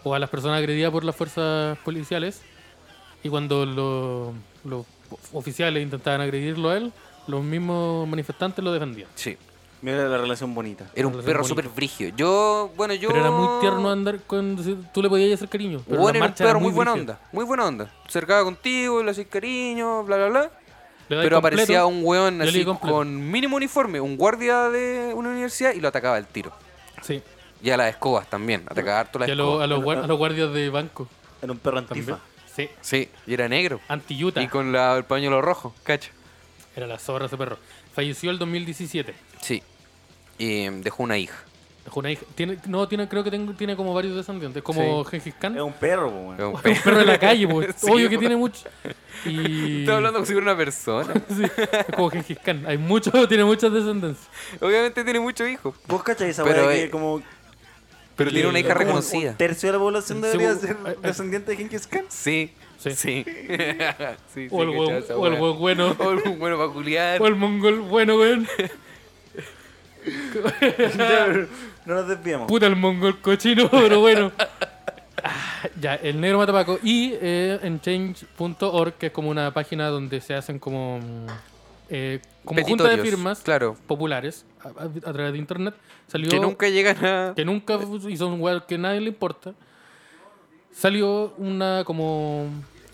o a las personas agredidas por las fuerzas policiales. Y cuando lo- los oficiales intentaban agredirlo a él, los mismos manifestantes lo defendían.
Sí.
Mira la relación bonita.
Era un
Relación
perro
bonita.
súper brígido. Yo, bueno, yo.
Pero era muy tierno andar con. Tú le podías hacer cariño. Pero
Bueno,
la
era un
marcha era
perro muy buena
brígida.
onda. Muy buena onda. Cercaba contigo, le hacía cariño, bla, bla, bla.
Le dais
Pero
completo,
aparecía un weón
yo le
así
di completo.
con mínimo uniforme, un guardia de una universidad y lo atacaba al tiro.
Sí.
Y a las escobas también, atacaba harto las
Y a, lo-
escobas.
a los, guar- a los guardias de banco
Era un perro
también.
antifa.
Sí.
Sí, y era negro.
Anti-Utah.
Y con la- el pañuelo rojo, cacho.
Era la zorra ese perro. Falleció el 2017.
Sí. Y em, dejó una hija.
Dejó una hija. Tiene, no, tiene, creo que tengo- tiene como varios descendientes. Como Gengis Khan.
Era un perro, po,
Era
weón.
un
Un perro de la calle, pues.
Sí,
Obvio que
pues.
tiene mucho. Y...
Estaba hablando como si fuera una persona.
Sí, es como Gengis Khan. Hay mucho, tiene muchas descendencias.
Obviamente tiene muchos hijos.
¿Vos cachai esa
Pero,
weá que
eh,
como un-
Pero
Que-
tiene una hija
como
reconocida.
Eh, un tercio de la población
Sí,
debería
po,
ser
eh, eh.
descendiente de Genghis Khan?
Sí. Sí.
Sí.
Sí. sí,
O el
cachaba
hueón-
esa
o el
wea.
hueón bueno.
O el hueón bueno para culiar.
O el mongol, bueno, weón.
No nos desviamos.
Puta el mongol cochino, pero bueno. Ah, Ya, el negro mata Paco. Y eh, en change.org, que es como una página donde se hacen como. mm, Eh, como junta de
Petitorios,
firmas
claro.
populares a, a- a través de internet. Salió.
Que nunca llegan a...
que nunca fu- y son weas que nadie le importa. Salió una como.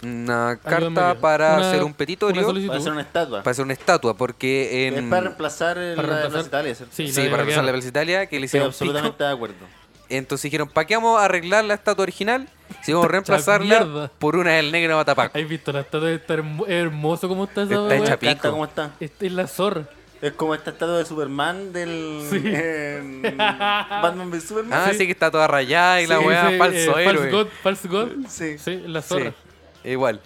Una
ayúdame,
carta
María,
para
una-
hacer un petitorio.
una
Va a ser
solicitud.
una estatua.
Para hacer una estatua, porque
Es
en...
para reemplazar el-
para
la
reemplazar-
Plaza Italia, ¿cierto?
Sí,
Sí,
la
para
de
reemplazar la
Baqueano.
Plaza Italia, que le
Estoy
hicieron pico.
absolutamente de acuerdo.
Entonces dijeron, ¿para qué vamos a arreglar la estatua original si vamos a reemplazarla
mierda.
por una del negro Matapaco?
¿Has visto la estatua? Está hermo- hermoso como está esa
Está
wea.
hecha
Me encanta
pico.
cómo está.
Esta es la zorra.
Es como esta estatua de Superman del.
Sí.
en Batman v Superman.
Ah, sí. que está toda rayada y la
Sí,
weá,
ese,
falso
eh,
héroe.
God, falso God.
Sí.
Sí, la zorra.
Sí, igual.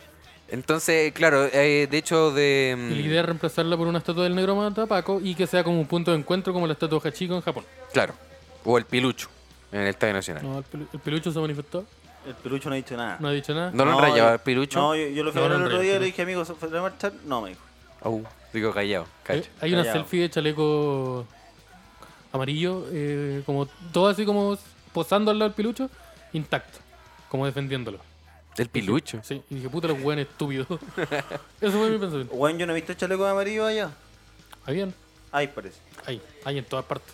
Entonces, claro, eh, de hecho de... mm,
Y la idea es reemplazarla por una estatua del negro Matapaco y que sea como un punto de encuentro como la estatua de Hachiko en Japón.
Claro. O el pilucho en el Estadio Nacional.
No, el, pelu- el pelucho se manifestó,
El pelucho no ha dicho nada.
no ha dicho nada.
No, lo han rayado
yo-
al pilucho.
No, yo, yo lo fui
No,
a ver
no
el
han
otro
rayado,
día y
sí.
le dije, amigo, ¿se fue a marchar? No, me dijo.
Au, digo callado,
Eh,
cacho.
hay una
Callado.
selfie de chaleco amarillo, eh, como todo así como posando al lado del pelucho, intacto, como defendiéndolo.
El pilucho.
Eh. Sí, y dije, puta, los hueones estúpidos. Eso fue mi pensamiento.
Weón, yo no he visto chaleco amarillo allá.
Ahí bien,
Ahí parece.
ahí, ahí en todas partes.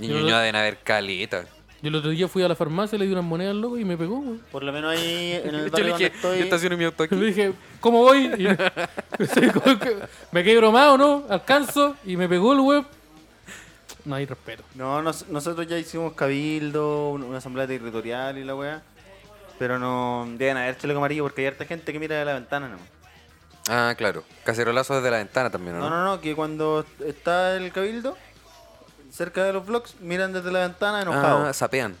Y
Yo-
Ñuñoa deben haber caleta.
Yo el otro día fui a la farmacia, le di unas monedas al loco y me pegó, weón.
Por lo menos ahí en el barrio
Yo le
donde
dije, yo
estoy.
estaciono mi auto
Le
aquí.
dije, ¿cómo voy? Y me, sí, como que, me quedé bromado, ¿no? Alcanzo y me pegó el web. No hay respeto.
No, nos- nosotros ya hicimos cabildo, un- una asamblea territorial y la weá. Pero no deben haber chaleco amarillo porque hay harta gente que mira de la ventana nomás.
Ah, claro. Cacerolazo desde la ventana también, ¿o
No,
¿no?
no, no, que cuando está el cabildo, cerca de los blogs, miran desde la ventana enojados.
Ah, sapean.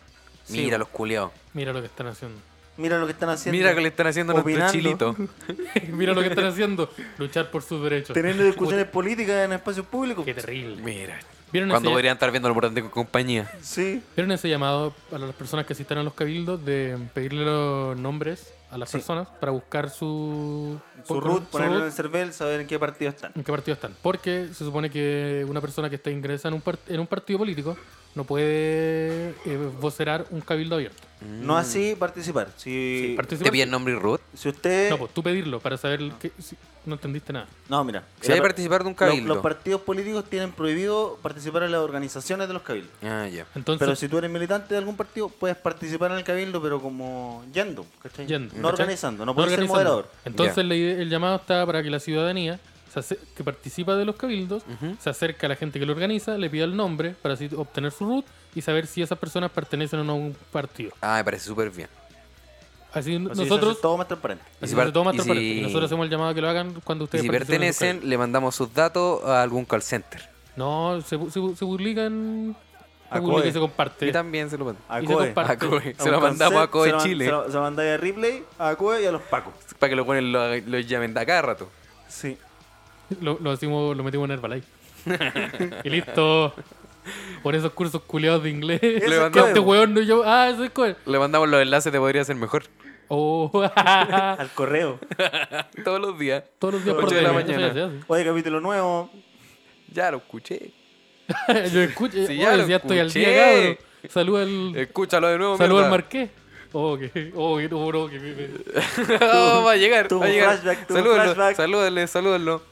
Sí,
Mira
bueno.
los culiados.
Mira lo que están haciendo.
Mira lo que están haciendo.
Mira que le están haciendo a nuestro
Opinando.
chilito.
Mira lo que están haciendo. Luchar por sus derechos.
Teniendo discusiones políticas en espacios públicos.
Qué terrible.
Mira.
¿Vieron
Cuando
ese,
podrían estar viendo el volante con compañía.
Sí.
¿Vieron ese llamado a las personas que asistan a los cabildos de pedirle los nombres a las personas para buscar su,
Su root, ponerlo en el cervel, saber en qué partido están.
en qué partido están? Porque se supone que una persona que está ingresa en un, par- en un partido político no puede eh, vocerar un cabildo abierto.
Mm.
No así participar. Si,
Participar-
¿Te piden nombre y root?
si usted.
No,
No,
pues tú pedirlo para saber que si- no entendiste nada.
mira.
Si hay que
La-
participar de un
lo-
cabildo.
Los, partidos políticos tienen prohibido participar en las organizaciones de los cabildos.
Ah, ya.
Entonces,
Pero si tú eres militante de algún partido, puedes participar en el cabildo, pero como yendo, ¿cachai?
yendo,
no
¿cachai?
organizando, no puedes ser
organizando.
moderador.
Entonces
Ya.
la ide- el llamado está para que la ciudadanía se ace- que participa de los cabildos se acerca a la gente que lo organiza, le pida el nombre para así obtener su root y saber si esas personas pertenecen o no a un partido.
Ah, me parece súper bien.
Así
Así se hace
nosotros
todo más transparente.
así
Y si
se
par-
hace todo más
y
transparente.
si-
Y nosotros hacemos el llamado a que lo hagan cuando
Y
ustedes
si
participen en los
pertenecen, le mandamos sus datos a algún call center.
cabildos. No, se, pu- se, pu- se publican se
Acoe.
publica y se comparte.
Y también se lo mandamos.
Y se
COE.
comparte.
A COE.
A
Se lo
un
mandamos a
concept,
COE
se lo man-
Chile.
Se lo, se lo mandáis a Ripley, a COE y a los Pacos.
Para que lo ponen, lo, lo llamen de a cada rato.
Sí.
Lo, lo, hacemos, lo metimos en Herbalife. y listo. Por esos cursos culiados de inglés.
Le
es
mandamos,
Este weón no yo. Ah, eso es cool.
le mandamos los enlaces, te podría ser mejor.
Oh,
Al correo.
Todos los días.
todos los días
Ocho
por
de la
teléfono,
mañana.
se hace.
Oye, capítulo nuevo.
Ya lo escuché.
Yo escucho,
Sí,
ya,
ya lo
estoy al día,
escuché.
cabrón. Saluda al,
Escúchalo de nuevo.
saluda al
mierda.
marqués. Oh, que, oh, que no, bro, que me- me-
Oh, va a llegar.
tuvo
va a llegar.
flashback, tuvo
salúdenlo,
flashback.
salúdenle, salúdenlo.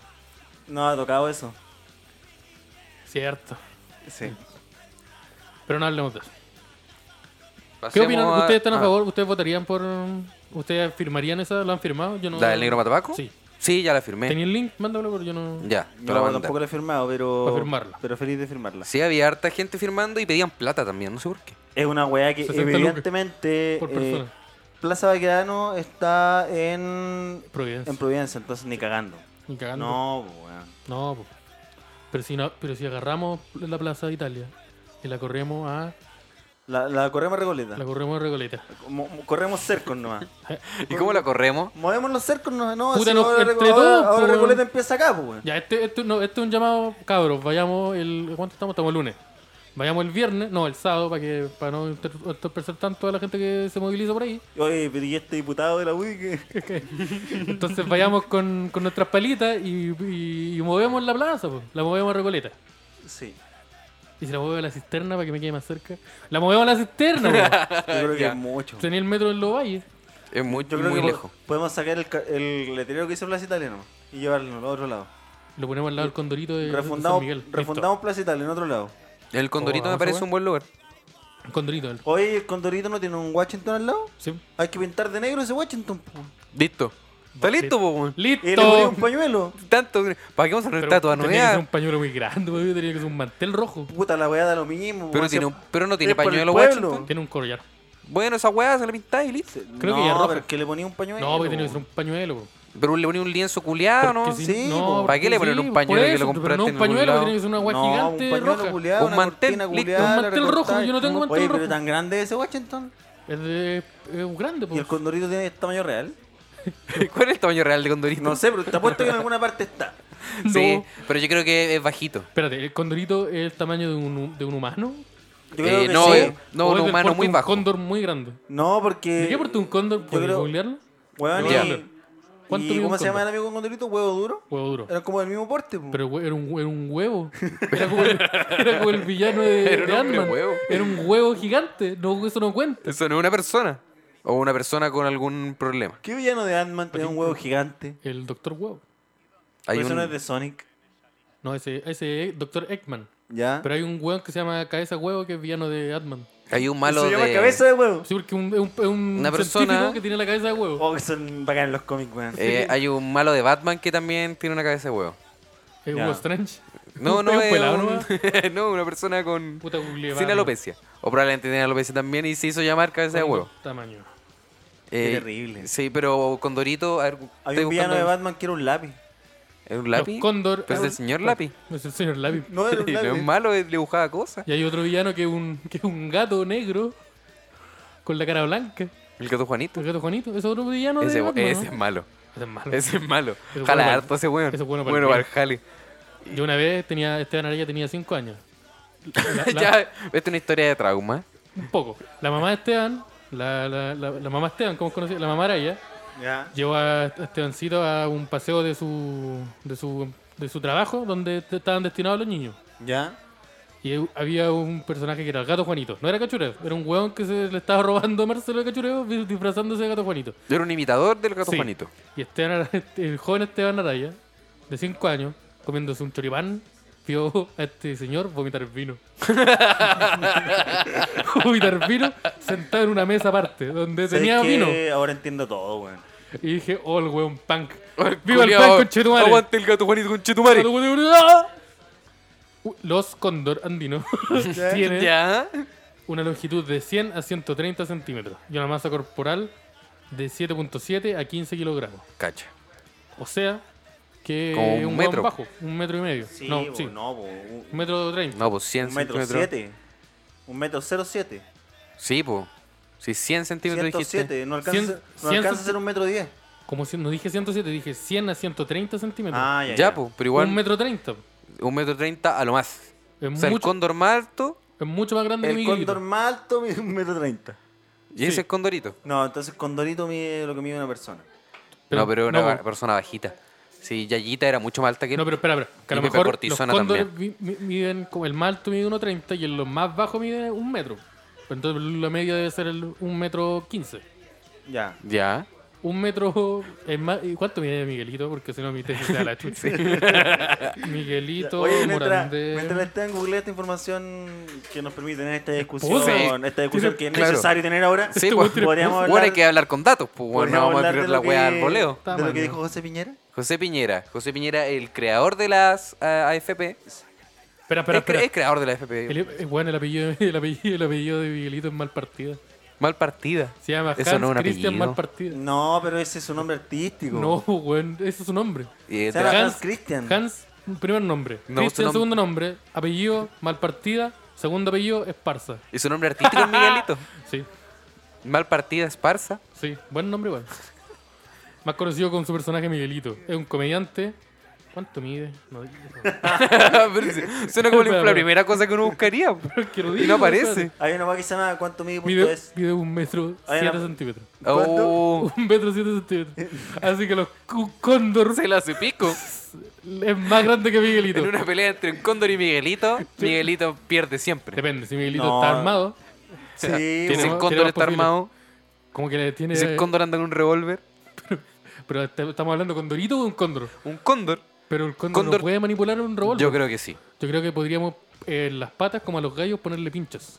No ha tocado eso.
Cierto.
Sí.
Pero no hablemos de eso. ¿Qué opinan? ¿Ustedes están
ah.
a favor? ¿Ustedes votarían por...? ¿Ustedes firmarían esa? ¿La han firmado? Yo no...
¿La del negro matabaco?
Sí.
Sí, ya la firmé.
¿Tenía el link? Mándamelo, pero yo no...
Ya, te
No,
la voy a mandar.
tampoco la he firmado, pero.
Para firmarla.
Pero feliz de firmarla.
Sí, había harta gente firmando y pedían plata también, no sé por qué.
Es una weá que
60
evidentemente.
lucas por
eh,
persona.
Plaza Baquedano está en.
Providencia.
En Providencia, entonces ni cagando.
Ni cagando.
No, po, weón.
No, po. pero si, no, pero si agarramos la Plaza de Italia y la corremos a
La, la corremos recoleta.
la corremos a Recoleta.
Mo- mo- Corremos cercos nomás.
¿Y cómo la corremos?
Movemos los cercos, no, no
Puta,
así
nos-
ahora,
entre
Reco- ahora-
todos,
ahora
po,
Recoleta
weón.
empieza acá, po, weón.
Ya, este, este, no, este es un llamado, cabros, vayamos el... ¿Cuánto estamos? Estamos el lunes. Vayamos el viernes, no, el sábado, para que para no inter- entorpecer tanto a la gente que se moviliza por ahí.
Oye, pero y este diputado de la UDI que.
Entonces vayamos con, con nuestras palitas y, y- y movemos la plaza, po. la movemos a Recoleta.
Sí.
Y se la muevo a la cisterna para que me quede más cerca. La movemos a la cisterna,
Yo creo que
Ya.
es mucho.
po. Tenía el metro en los valles.
Es muy,
Yo creo
muy
que po-
lejos.
podemos sacar el, ca- el letrero que hizo Plaza Italia nomás y llevarlo al otro lado.
Lo ponemos al lado del condorito de, de San
Refundamos,
Miguel. Listo.
refundamos Plaza Italia en otro lado.
El Condorito
Oh,
me
vamos a
parece
ver.
un buen lugar.
El condorito, el-
Oye, el Condorito no tiene un Washington al lado.
¿sí?
Hay que pintar de negro ese Washington. po.
Listo. ¿Está listo, po, weón?
Y le ponía
¡Listo!
un pañuelo.
Tanto. ¿Para qué vamos a hacer
Pero
estatua
tenía que ser un
nueva?
pañuelo muy grande, po, tenía que ser un mantel rojo.
Puta, la weá da lo mismo. po,
Pero,
weón.
tiene un- pero no tiene
Es por el
pañuelo,
pueblo.
Washington.
Tiene un collar.
Bueno, esa weá se la pintáis y listo.
Creo
Creo
no,
que ya roja.
pero es que le ponía un pañuelo.
No, porque tenía que
po.
ser un pañuelo. po.
Pero le ponía un lienzo culiado, Ah, ¿no?
Porque si-
Sí, po.
porque
¿Para qué le
sí,
ponen un
po, por
pañuelo que lo
eso, pero
compraste
No,
en
un
algún
pañuelo,
lado?
tiene que ser una agua
No,
gigante
un pañuelo
roja.
culeado,
Un
una
mantel,
cortina
listo.
culeada,
Un
la
mantel rojo,
recortáis.
yo no tengo mantel
Oye,
rojo.
pero tan grande ese Washington.
Es de- es un grande, po.
¿Y el condorito tiene tamaño real?
¿Cuál es el tamaño real de Condorito?
No sé, pero te apuesto que en alguna parte está.
Sí,
No.
pero yo creo que es bajito.
Espérate, ¿el condorito es el tamaño de un, de un humano?
Yo
Eh,
creo que
no,
sí.
eh, no,
¿O
un
es del
humano
porte
muy
un
bajo.
cóndor muy grande.
No, porque.
¿De qué porte un cóndor? ¿Puedes
Eh, creo-
googlearlo?
Weón,
Ya.
y,
¿Cuánto
y
mide un
¿Cómo se llama
cóndor?
el amigo con condorito? ¿Huevo duro?
Huevo duro.
Era como del mismo porte. po.
Pero hue- era un, era un huevo. Era como el, era como el villano de,
Era un
de
hombre
Ant-Man.
huevo.
Era un huevo gigante. No, eso no cuenta.
Eso no es una persona. O una persona con algún problema.
¿Qué villano de Ant-Man tenía un huevo gigante?
El doctor huevo.
Pero Pues
Hay
eso
un-
no es de Sonic.
No, ese, ese es doctor Eggman.
¿Ya?
Pero hay un huevo que se llama Cabeza Huevo que es villano de Ant-Man.
Hay un malo
se llama
de...
cabeza de huevo.
Sí, porque un, es un, es un
Una persona-
científico que tiene la cabeza de huevo.
Oh, que son bacanes los cómics, weón.
eh, hay un malo de Batman que también tiene una cabeza de huevo.
Es
ya.
Hugo Strange.
No, no,
Es un
es
pelado,
un-
¿no?
no, una persona con...
Puta googleé,
Sin
va,
alopecia. O probablemente tiene alopecia también y se hizo llamar cabeza de huevo.
Tamaño.
Eh,
terrible.
Sí, pero Condorito... a ver,
Había
estoy
un villano
buscando-
de Batman que era un lápiz.
¿Era un
Los
lápiz?
cóndor- ah,
Pero es el señor lápiz.
Es el señor Lápiz.
No era un
no
lápiz.
es malo, es- dibujaba cosas.
Y hay otro villano que es un, que es un gato negro con la cara blanca.
El gato Juanito.
El gato Juanito. Ese es otro villano
Ese,
de Batman, ¿no?
ese es malo.
Ese es malo.
Ese es malo.
es bueno
Jala
para-
harto ese weón.
ese es bueno para el
Bueno, para el
pelo.
jale.
Yo una vez tenía, Esteban Araya tenía 5 años. La- la-
ya, esta es una historia de trauma.
Un poco. La mamá de Esteban, la, la, la, la mamá Esteban, como es conocida, la mamá Araya,
Ya.
llevó a Estebancito a un paseo de su, de su, de su trabajo donde te- estaban destinados los niños.
Ya.
Y hu- había un personaje que era el gato Juanito. No era cachureo, era un hueón que se le estaba robando a Marcelo de cachureo di- disfrazándose de gato Juanito.
Yo era un imitador del gato
Sí.
Juanito.
Y Esteban, Ara- el joven Esteban Araya, de 5 años, comiéndose un choripán, vio a este señor vomitar vino. vomitar vino sentado en una mesa aparte, donde
¿Sabes
tenía
qué?
vino.
Ahora entiendo todo, weón.
Y dije, oh, el weón punk. ¡Viva el punk, conchetumare!
Aguante el gato Juanito con Chetumare.
Uh, ¡Ah! Los cóndor andinos tienen
Ya.
una longitud de 100 a 130 centímetros y una masa corporal de 7.7 a 15 kilogramos.
Cacha.
O sea, que
Como un
es un
metro.
metro bajo, un metro y medio.
Sí,
no,
bo,
sí,
no, bo. Un,
un metro treinta.
No, pues 100
un metro
centímetros.
siete. Un metro cero siete.
Sí, pues. Sí, 100 centímetros
Ciento
dijiste.
siete. No alcanza,
Cien-
no
cien-
alcanza a ser un metro diez.
Como si, no dije 107, dije 100 a 130 centímetros.
Ah, ya,
Ya,
ya.
pues. Pero igual,
Un metro treinta.
un metro treinta a lo más.
Es,
O sea, el
mucho,
cóndor malto.
es mucho más grande que
El
mi
cóndor
grito.
más alto mide un metro treinta.
Y
Sí.
ese es Condorito.
No, entonces Condorito mide lo que mide una persona.
Pero-
no, pero era una
no.
persona bajita. Sí, Yayita era mucho más alta que él.
No, pero espera, espera. Que a
Y
lo
Pepe
mejor los
Cortisona
cóndores vi- mi- miden, como el más alto mide 1,30 y el lo más bajo mide un metro. Pero Entonces la media debe ser el 1 metro 15.
Ya.
Ya.
Un metro es más... ¿y ¿Cuánto mide Miguelito? Porque si no, mi tesis se da la chucha. Miguelito,
Oye, mientras, mientras le
Morandé...
estén googleando esta información que nos permite tener esta discusión,
Puzzle.
esta discusión que es
Claro.
necesario tener ahora,
Sí,
Este
pues.
weón tiene
Bueno,
podríamos
hay
hablar,
que hablar con datos, pues. bueno, no
podríamos
vamos a
hablar
tirar
de
la
lo
weá al
que-
voleo.
Está
de lo
mal,
que
¿no?
dijo José Piñera.
José Piñera. José Piñera, el creador de las ah, AFP.
Espera, espera,
es, cre-
espera.
es creador de la AFP.
El, eh, bueno, el apellido, el, apellido, el apellido de Miguelito es mal partida.
Mal partida.
Se llama
Eso
Hans
no es un
Christian
apellido.
mal partida.
No, pero ese es su nombre artístico.
No, weón, ese es su nombre.
Y
Se
es
llama
de-
Hans
Hans-
Christian.
Hans, primer nombre.
No, su
Christian,
nom-
segundo nombre. Apellido, mal partida. Segundo apellido, Esparza.
y su nombre artístico es Miguelito.
Sí,
Mal partida, esparza.
sí. Buen nombre, igual. Más conocido con su personaje Miguelito. Es un comediante. ¿Cuánto mide? No, no
Pero sí, Suena
Espera,
como la, la
espera.
primera cosa que uno buscaría.
quiero
Y no aparece.
Hay una weá que se llama ¿Cuánto mide punto
Mide,
es?
mide un metro
Hay
siete
una-
centímetros.
Oh,
Un metro siete centímetros. Así que los un cóndor
se la hace pico.
es más grande que Miguelito.
En una pelea entre un cóndor y Miguelito, Miguelito pierde siempre.
Depende, si Miguelito
No.
está armado,
Sí,
si
Tiene-
weón.
el
tiene
cóndor
más eh.
está
posible.
armado,
como que le tiene.
si el cóndor anda con un revólver,
Pero est- estamos hablando con Dorito o un cóndor.
un cóndor,
Pero el cóndor,
Cóndor-
no puede manipular un revólver.
yo creo que sí.
Yo creo que podríamos eh, las patas, como a los gallos, ponerle pinchas.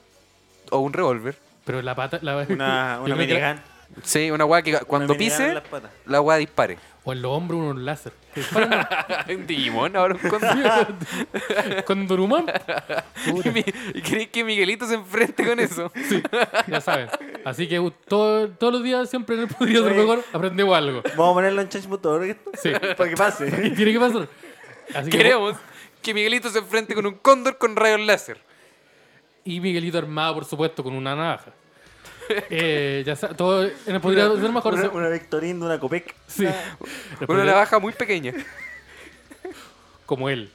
O un revólver.
Pero la pata. La...
Una,
yo
una
creo que la-
minigun.
Sí, una weá que cuando
Una minigun en
pise,
las patas.
la weá dispare.
O en los hombros, unos láser. Que disparan
un Digimon, ahora un cóndor.
a- con Dorumán.
¿Y mi- y crees que Miguelito se enfrente con eso?
Ya saben. Así que uh, todo- todos los días, siempre en el podría ser
Oye.
mejor, aprendemos algo.
Vamos a ponerlo en change.org esto,
Sí.
para que
Y
pase.
tiene que pasar. Así que-
Queremos que Miguelito se enfrente con un cóndor con rayos láser.
Y Miguelito armado, por supuesto, con una navaja. Eh, ya sa- todo en el podría ser mejor.
Una,
se-
una Victorín de una Copec.
Sí.
Una
Podría-
navaja muy pequeña.
como él.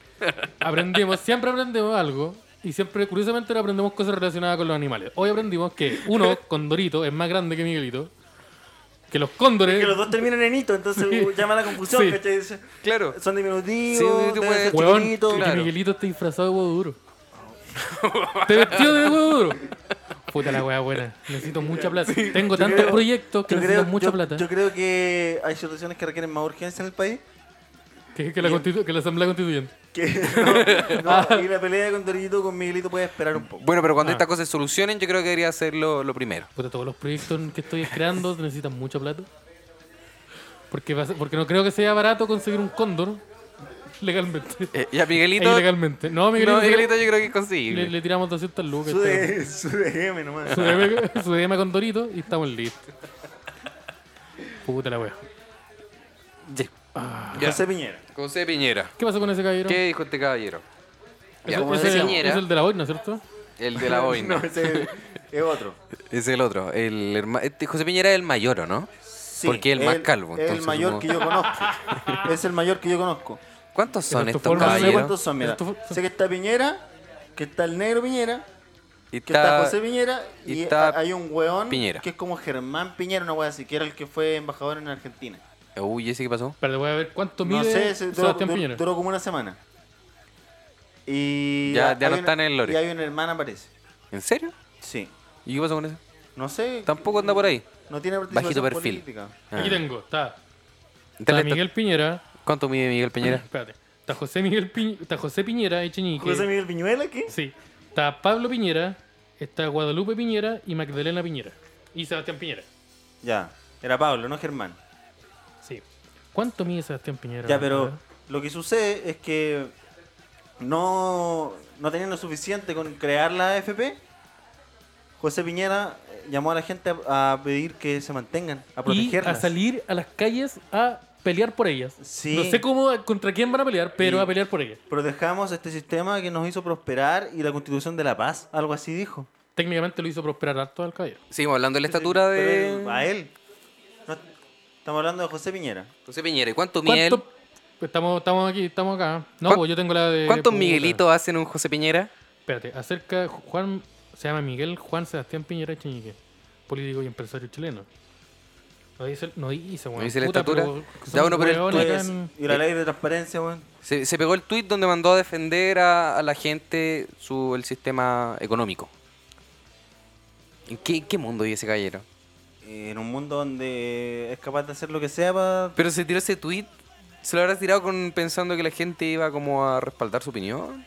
Aprendimos, siempre aprendemos algo y siempre, curiosamente, ahora aprendemos cosas relacionadas con los animales. Hoy aprendimos que uno, Condorito, es más grande que Miguelito, que los cóndores...
Que los dos terminan en hito, entonces
Sí.
uh, llama la confusión,
Sí.
¿cachai? Dice,
Claro.
Son diminutivos,
Sí,
deben
tipo de-
ser
Hueón,
chiquititos.
que
Claro.
Miguelito esté disfrazado de huevo duro. Te vestido de huevo duro. Puta la wea buena. Necesito mucha plata. Tengo tantos
creo-
proyectos que
Yo
necesito
creo,
mucha
yo-
plata.
yo creo que hay situaciones que requieren más urgencia en el país.
que, que la constitu- que la Asamblea Constituyente.
Que, no, no, y la pelea con Dorito con Miguelito puede esperar un poco.
Bueno, pero cuando
Ah.
estas cosas se solucionen, yo creo que debería ser lo, lo primero.
Puta, todos los proyectos que estoy creando necesitan mucha plata. Porque, va a ser- porque no creo que sea barato conseguir un cóndor legalmente.
Eh, ya
E
Miguelito.
ilegalmente. No, Miguelito,
no, Miguelito yo creo que
le,
es conseguible.
le tiramos 200 lucas. este
Su,
está
de,
bien.
su DM nomás.
Su DM su DM con Dorito y estamos listos. Puta la wea.
Ya. Ya.
José Piñera.
José Piñera.
¿Qué pasó con ese caballero?
¿Qué dijo este caballero? Ya,
Ese-
como
ese-
José
ese
Piñera,
es el de la boina, ¿cierto?
el de la boina.
No, ese es otro.
Es el otro. El herma- este José Piñera es el mayor, ¿o no?
Sí,
Porque es el más calvo,
Es el
entonces,
mayor
como-
que yo conozco. Es el mayor que yo conozco.
¿Cuántos son
Pero tu
estos
forma
No
de-
sé
caballeros?
cuántos son, mira.
Esto-
Sé que está Piñera, que está el negro Piñera,
Y
que está,
está-
José Piñera
y
y,
está
ha- hay un weón
Piñera.
que es como Germán Piñera, una wea así, que era el que fue embajador en Argentina.
Uy, ese qué pasó.
Pero voy a ver cuánto mide
No sé, se- duró,
Sebastián
duró-
Piñera.
duró como una semana. Y
Ya-
hay
ya no
una-
está en el lore.
Y hay una hermana, parece.
¿En serio?
Sí.
¿Y qué pasó con eso?
No sé.
Tampoco anda por ahí.
No tiene
Bajito
participación
perfil.
política.
Ah.
Aquí tengo, está,
Dale,
está
está-
Miguel Piñera.
¿Cuánto mide Miguel Piñera?
Espérate. Está José Miguel Piñera, está José Piñera Echenique.
¿José Miguel Piñuela qué?
Sí. Está Pablo Piñera, está Guadalupe Piñera y Magdalena Piñera. Y Sebastián Piñera.
Ya. Era Pablo, no Germán.
Sí. ¿Cuánto mide Sebastián Piñera?
Ya, pero lo que sucede es que no, no tenían lo suficiente con crear la AFP. José Piñera eh, llamó a la gente a, a pedir que se mantengan, a
Y a
protegerlas.
salir a las calles a pelear por ellas.
Sí.
No sé cómo, contra quién van a pelear, pero
Y-
a pelear por ellas.
Protejamos este sistema que nos hizo prosperar y la constitución de la paz, algo así dijo.
Técnicamente lo hizo prosperar harto al caballero.
Seguimos hablando de la estatura
Pero A
de.
él. No, estamos hablando de José Piñera.
José Piñera. ¿Y cuánto mide él?
¿Cuánto- Estamos, estamos aquí, estamos acá. No,
¿Cuán-
pues yo tengo la de.
¿Cuántos
puta.
Miguelitos hacen un José Piñera?
Espérate, acerca Juan, se llama Miguel Juan Sebastián Piñera Echeñique. políticos y empresarios chilenos. No dice, no dice, weón.
dice la
Puta,
estatura.
pero
Ya,
son
bueno, pero el
weones
tuit
que
Pues,
han-
y la ley de transparencia, weón.
Se, se pegó el tuit donde mandó a defender a, a la gente su, el sistema económico. ¿En qué, en qué mundo vive ese caballero?
Eh, En un mundo donde es capaz de hacer lo que sea para...
Pero se tiró ese tuit, se lo habrá tirado con, pensando que la gente iba como a respaldar su opinión.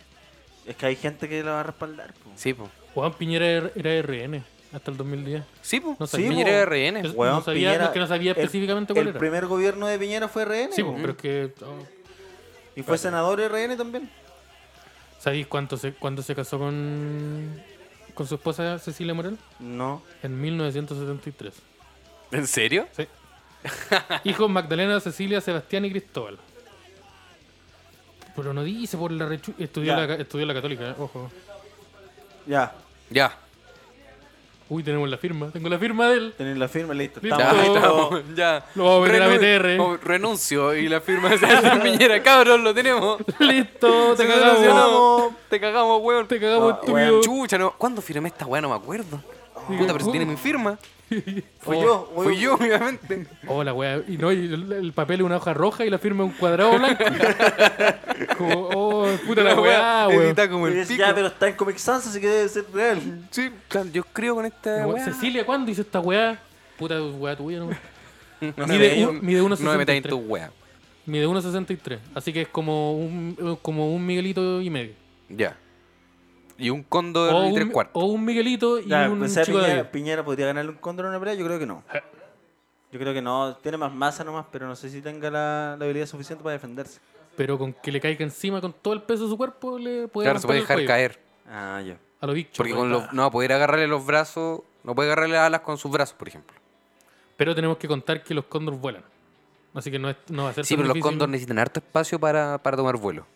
Es que hay gente que la va a respaldar, po.
Sí, po.
Juan Piñera era- era RN hasta el 2010.
Sí, po.
No
Sí,
sabía.
Piñera era RN.
Es-
Weón,
no sabía- no, que no sabía específicamente
el,
cuál
el
era.
primer gobierno de Piñera fue RN.
Sí,
po.
pero es que. oh,
y fue senador RN también.
¿Sabéis cuánto se, cuándo se casó con, con su esposa Cecilia Morel?
No.
En 1973.
¿En serio?
Sí. Hijos Magdalena, Cecilia, Sebastián y Cristóbal. Pero no dice por la rechu... Estudió,
Ya.
la, ca- estudió la católica, eh, ojo.
Ya.
Ya.
Uy, tenemos la firma. Tengo la firma de él.
Tener la firma, listo.
Listo.
Ya,
Estamos,
Oh.
ahí
estamos.
estamos, ya.
Lo vamos a meter a BTR.
oh, renuncio y la firma de Sebastián Piñera. Cabros, lo tenemos.
Listo, te
Se
cagamos.
relacionó. Te cagamos, weón.
Te cagamos,
Ah,
estúpido.
Chucha, no. ¿Cuándo firmé esta weá? No me acuerdo. Puta, pero si tiene mi firma.
Fui
Oh.
yo.
Fui yo, obviamente.
Oh, la wea. Y no, y el, el papel es una hoja roja y la firma es un cuadrado blanco. Como, oh, puta la, weá, weón.
Edita como el
Dices,
pico.
ya, pero está en Comic Sans, así que debe ser real.
Sí, claro, yo creo con esta
Weón,
weá.
Cecilia, ¿cuándo hizo esta weá? Puta weá tuya, no. mide
No me metáis
un-
en-
mide uno
No me metáis en
63.
tu weá.
Mide 1.63. Así que es como un, como un Miguelito y medio.
Ya. Y un cóndor
O
y tres
un,
cuartos.
o un Miguelito y
Ya,
un
pensé
chico de Eh.
Piñera,
Dios.
Piñera podría ganarle un cóndor a una pelea, yo creo que no. Yo creo que no, tiene más masa nomás, pero no sé si tenga la, la habilidad suficiente para defenderse.
Pero con que le caiga encima con todo el peso de su cuerpo, le puede
Claro, se puede
romper
dejar
el cuello.
caer.
Ah, ya.
A los bichos.
Porque
weón.
con los, no va a poder agarrarle los brazos. No puede agarrarle las alas con sus brazos, por ejemplo.
Pero tenemos que contar que los cóndores vuelan. Así que no, es, no va a ser
Sí,
tan
pero los
difícil.
cóndores necesitan harto espacio para, para tomar vuelo.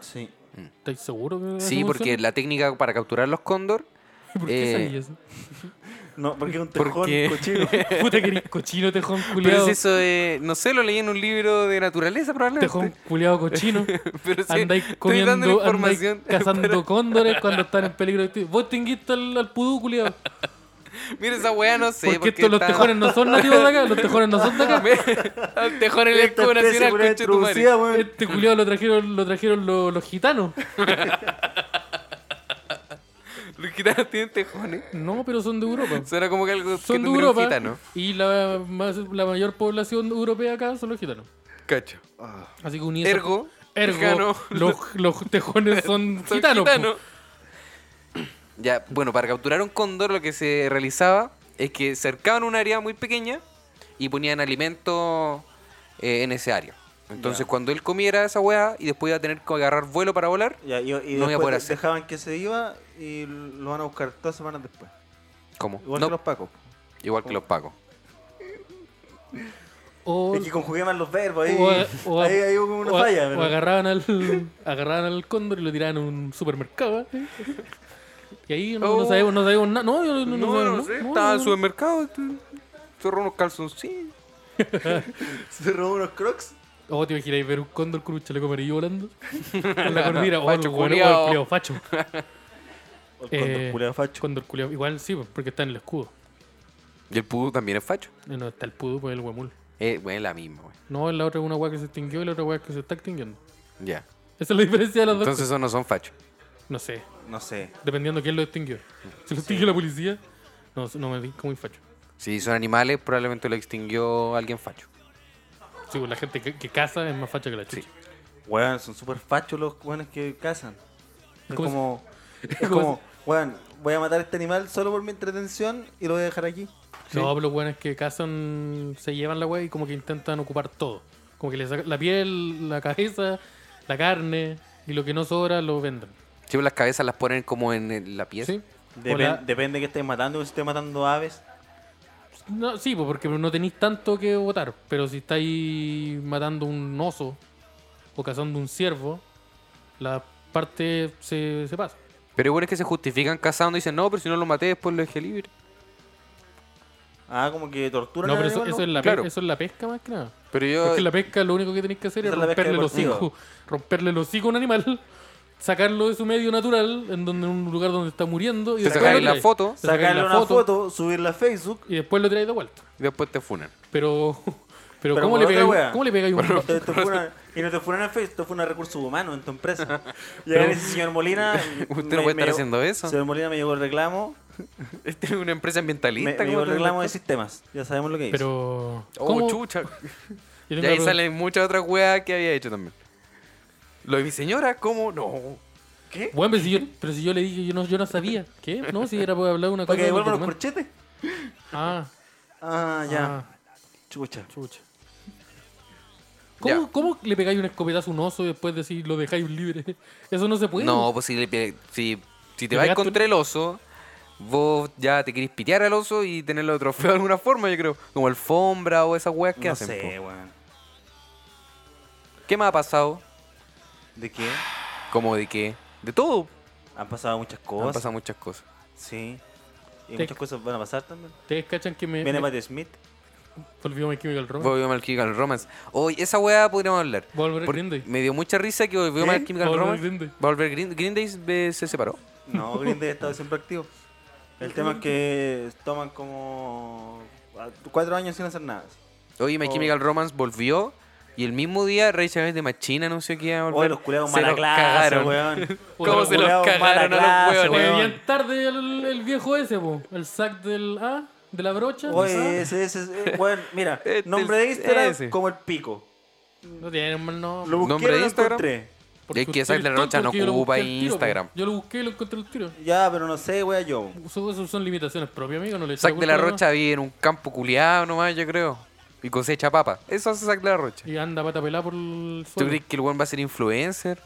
Sí.
¿Estáis seguros? que
Sí,
hacemos
porque
eso?
la técnica para capturar los cóndor.
¿Por qué
eh,
sabías eso?
No, porque es un
¿Por
tejón
qué?
cochino.
Puta que eres cochino, tejón
Pero
culiado.
es eso de. No sé, lo leí en un libro de naturaleza probablemente.
Tejón culiado cochino.
Pero sí,
Andáis
estoy
comiendo,
dando la
andáis
información.
cazando cóndores cuando están en peligro de extinción. Vos tinguiste al, al pudú, culiado.
Mira esa weá, no sé.
porque estos, los
está-
tejones no son nativos de acá, los tejones no son de acá.
Al tejón en el
Esta
escudo
especie
nacional,
fue
conche tu madre.
introducida, weón.
Este culiado lo trajeron, lo trajeron los, los gitanos.
Los gitanos tienen tejones.
No, pero son de Europa.
Suena como que algo que
Son de
tendría un
Europa.
gitano.
Y la, más- la mayor población europea acá son los gitanos.
Cacho.
Así que unidos.
Ergo.
Ergo,
Gitano.
los, los tejones son,
Son
gitanos. po.
gitanos. Ya, bueno, para capturar un cóndor lo que se realizaba es que cercaban un área muy pequeña y ponían alimento eh, en ese área. Entonces cuando él comiera esa weá y después iba a tener que agarrar vuelo para volar,
Ya, y, y
No voy a
después
poder hacer.
dejaban que se iba y lo van a buscar dos semanas después.
¿cómo?
Igual
No,
que los pacos.
Igual que los pacos.
O, Oh,
Es que conjugué mal los verbos, ahí,
o a- o a-
ahí hay como una
o a-
falla.
o
pero-
agarraban al agarraban al cóndor y lo tiraban a un supermercado. ¿eh? Y ahí no, no
Oh.
sabemos, no sabemos nada. No, yo no, no, sabemos, no, no,
Estaba en em-
no.
el supermercado, tu- cerró unos calzoncillos.
Se robó unos crocs.
Oh, te imagináis ver un cóndor con un chaleco amarillo volando. En la cordillera. Oh, el
Facho
bueno,
culiao.
oh, el culiao, facho.
O el
Eh,
cóndor culiao facho.
Cóndor culiao. Igual sí, po, porque está en el escudo.
Y el pudo también es facho.
Eh, No, está el pudo, pues el huemul.
Eh, bueno, es la misma, wey.
No, la otra es una weá que se extinguió y la otra weá que se está extinguiendo.
Ya.
Esa es la diferencia de las dos.
Entonces esos no son fachos.
cosas. No sé,
No sé.
dependiendo de quién lo extinguió. Si lo extinguió la policía, no, no me digas muy facho.
Si son animales, probablemente lo extinguió alguien facho.
Sí, pues, la gente que, que caza es más facha que la chica.
Weón, son súper fachos los weones que cazan. Es
¿Cómo
como, es
cómo
como, weón, voy a matar a este animal solo por mi entretención y lo voy a dejar aquí.
No, pero los weones que cazan se llevan la weá y como que intentan ocupar todo. Como que le sacan la piel, la cabeza, la carne y lo que no sobra lo venden.
Sí, pues las cabezas las ponen como en en la pieza.
¿Sí? O
Depen-
la-
Depende que estés matando, si estés matando aves.
No, sí, pues, porque no tenéis tanto que votar. Pero si estáis matando un oso o cazando un ciervo, la parte se, se pasa.
Pero igual es que se justifican cazando y dicen, no, pero si no lo maté, después lo dejé libre.
Ah, como que torturan
No,
al
pero eso,
animal,
eso es la pe-
Claro.
eso es la pesca más que nada.
Pero yo...
Porque en la pesca lo único que tenéis que hacer es
Esa es la pesca
romperle los
deportiva.
hocico, romperle los hocico a un animal, sacarlo de su medio natural, en donde en un lugar donde está muriendo, y
Te
después
sacáis
lo
la
traes.
foto.
Te sacáis
Sacarle
la
una foto, subirla a Facebook.
y después lo traes de vuelta.
y después te funan.
Pero,
Pero
pero, ¿cómo,
por
le
otra
pegáis,
wea.
un- ¿cómo le pegáis un
Te- te fueron- y no te fueron a Facebook, te fueron a recursos humanos en tu empresa. Y ahí dice, señor Molina.
Usted no puede estar
llegó-
haciendo eso.
Señor Molina me llegó el reclamo.
Este es una empresa
Me,
ambientalista.
me
¿cómo
llegó el
te-
reclamo de sistemas. Ya sabemos lo que hizo.
Pero.
Oh,
¿cómo?
chucha.
Yo
Y
tengo
ahí
la-
salen muchas otras weas que había hecho también. Lo de mi señora, ¿cómo? No.
Bueno, pero si, yo, pero si yo le dije, yo no, yo no sabía. ¿Qué? No, si era para hablar una cosa.
Para que
de un
devuelvan los
documento.
corchetes.
ah,
Ah, ya.
ya.
Chucha.
chucha. ¿Cómo,
Ya.
¿Cómo le pegáis un escopetazo a un oso y después decís lo dejáis libre? Eso no se puede.
No, pues si, le pe- si, si te
Le
vas
pegaste
contra el oso, vos ya te querés pitear al oso y tenerlo de trofeo de alguna forma, yo creo. Como alfombra o esas weas que
no
hacen.
sé,
po.
weón.
¿Qué más ha pasado?
¿De qué?
¿Cómo de qué? De todo.
Han pasado muchas
Han
cosas.
pasado muchas cosas.
Sí. Y
Te-
muchas cosas van a pasar también.
Ustedes cachan que me.
Eh,
Viene
me
Matt Smith.
olvidó My Chemical Romance.
Volvió Mal Chemical Romance. Hoy, esa weá podríamos hablar.
Volver
Por-
Green Day.
Me dio mucha risa que volvió
¿Eh?
Mal Chemical
Volver
Romance.
Green Day.
Volver Green, Green Day se- se separó.
No, Green Day ha estado siempre activo. El tema es que toman como ah, cuatro años sin hacer nada.
Oye, My
Oh.
Chemical Romance volvió y el mismo día Rage Against the Machine anunció que iba a volver.
Oye, Oh, los culeados
Se
mala
los
clase,
cagaron.
weón.
¿Cómo se los
culeados
cagaron
mala
a los
clase,
hueones?
Fue
weón.
bien tarde el, el viejo ese, po. El sac del A, de la brocha.
Oye,
Ah,
ese, ese, ese- weón, mira,
Este
nombre de
es
Instagram
ese.
como el pico.
No tiene mal nombre.
Lo busqué,
¿Nombre de
lo
Instagram?
encontré.
Porque
Es que
usted
Zack de la
es tonto,
Rocha no
porque yo lo busqué
ocupa
al tiro, po.
Instagram.
Yo lo busqué y lo encontré el tiro.
Ya, pero no sé, weón, yo.
Eso, eso son limitaciones propias, amigo. No le echo
Zack de la
culpa a
Rocha vive en un campo culiado nomás, yo creo. Y cosecha papa. Eso hace Zack de la Rocha.
Y anda pata pelada por el
¿Tú
suelo.
crees que el weón va a ser influencer?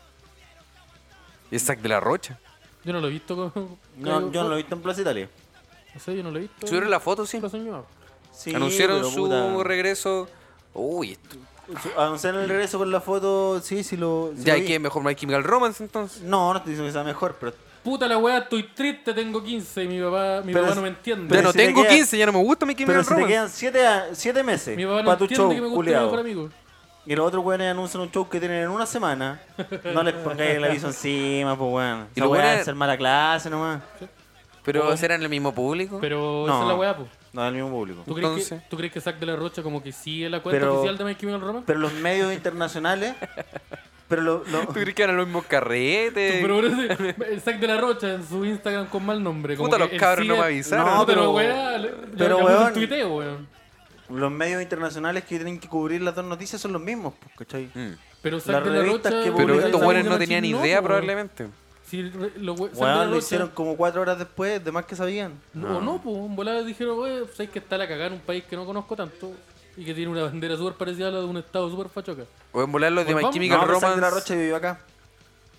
Es Zack de la Rocha.
Yo no lo he visto. con-
No, yo no lo he visto en Plaza Italia.
No sé, yo no lo he visto.
¿Subieron la foto, sí?
Lo soñaba.
Sí,
Anunciaron
pero
su
puta,
regreso. Uy, esto-
su- Anunciaron el regreso con la foto, sí, sí lo. sí
ya
lo
hay
vi.
que mejor My Chemical Romance entonces.
No, no te dicen que sea mejor, pero.
Puta la weá, estoy triste, tengo 15 y mi papá, mi
Pero
papá
es-
no me entiende.
Pero
ya no
si te
tengo
queda-
15, ya no me gusta My
Pero
Chemical
si te
Romance.
quedan siete, a- siete meses
mi papá no
para tu
entiende
show,
que me gusta mi
culiao.
mejor amigo.
Y los otros weones anuncian un show que tienen en una semana. No les pongáis el aviso encima, pues weón.
Y
Y lo
los
voy a
weones-
hacer mala clase nomás.
Pero
Oh.
serán el mismo público.
Pero
No.
esa es la weá, po.
No es el mismo público.
¿Tú, crees que,
Entonces-
¿Tú crees que Zack de la Rocha como que sigue la cuenta
Pero-
oficial de My Chemical Romance?
Pero los medios internacionales. Pero lo- lo-
¿Tú crees que eran los mismos carretes?
Pero parece el Zack de la Rocha en su Instagram con mal nombre. Como
Puta,
que
los
el
cabros no
CIDE-
me avisaron.
No,
No,
pero
pero-
weá,
pero,
pero weón.
weón.
tuiteo, weón.
los medios internacionales que tienen que cubrir las dos noticias son los mismos, pues, ¿cachai?
Mm.
Pero
Las
Zack de la
revistas
Rocha.
que
Pero
Publican
estos
la
buenos
buenos
no tenían idea probablemente.
Si re- los we- Zack de la
Weón, lo
Rocha-
hicieron como cuatro horas después, de más que sabían.
No, O no, pues, en volada dijeron, wey, sabéis que está la cagada en un país que no conozco tanto y que tiene una bandera súper parecida a la de un estado súper fachoca.
O en volar los de
Pues
My
vamos.
Chemical
No, pero Zack
Romance.
de la Rocha vivió acá.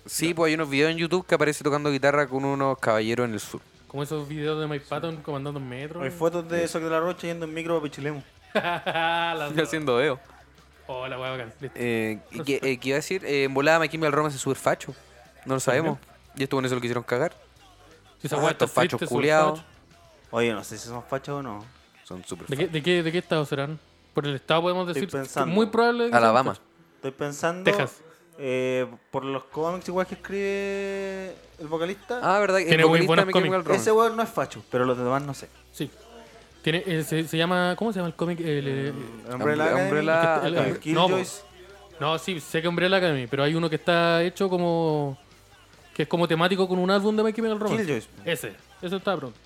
Sí, pues hay unos videos en YouTube que aparece tocando guitarra con unos caballeros en el sur.
Como esos videos de Mike Patton comandando en metro.
Hay fotos de Zack de la Rocha yendo en micro a Pichilemu.
Las-
Haciendo dedo.
Oh, la weá bacán. Listo.
Eh, ¿y ¿qué, eh, qué iba a decir? Eh, en volada My Chemical Romance es súper facho. No lo sabemos. Y estos buenos se lo quisieron cagar.
Si esa
Ah,
weá está
estos fachos
triste, súper
culiados.
facho.
Oye, no sé si son fachos o no.
Son súper
¿De qué,
fachos.
de, qué, ¿De qué estado serán? Por el estado podemos
Estoy
decir. que
pensando.
Muy probable. que sean
Alabama.
fachos.
Estoy pensando.
Texas.
eh, por los cómics igual que escribe el vocalista.
Ah, ¿verdad? El
Tiene muy
vocalista
buenos
de My Chemical Romance.
ese weón no es facho, pero los demás no sé.
Sí. Tiene, eh, se, se llama. ¿Cómo se llama el cómic? El, eh,
Umbrella
Umbrella-
Academy,
Umbrella
el- el-
Academy.
Killjoys.
no, sí, sé que Umbrella Academy, pero hay uno que está hecho como. que es como temático con un álbum de My Chemical Romance.
Killjoys.
Ese, ese está pronto.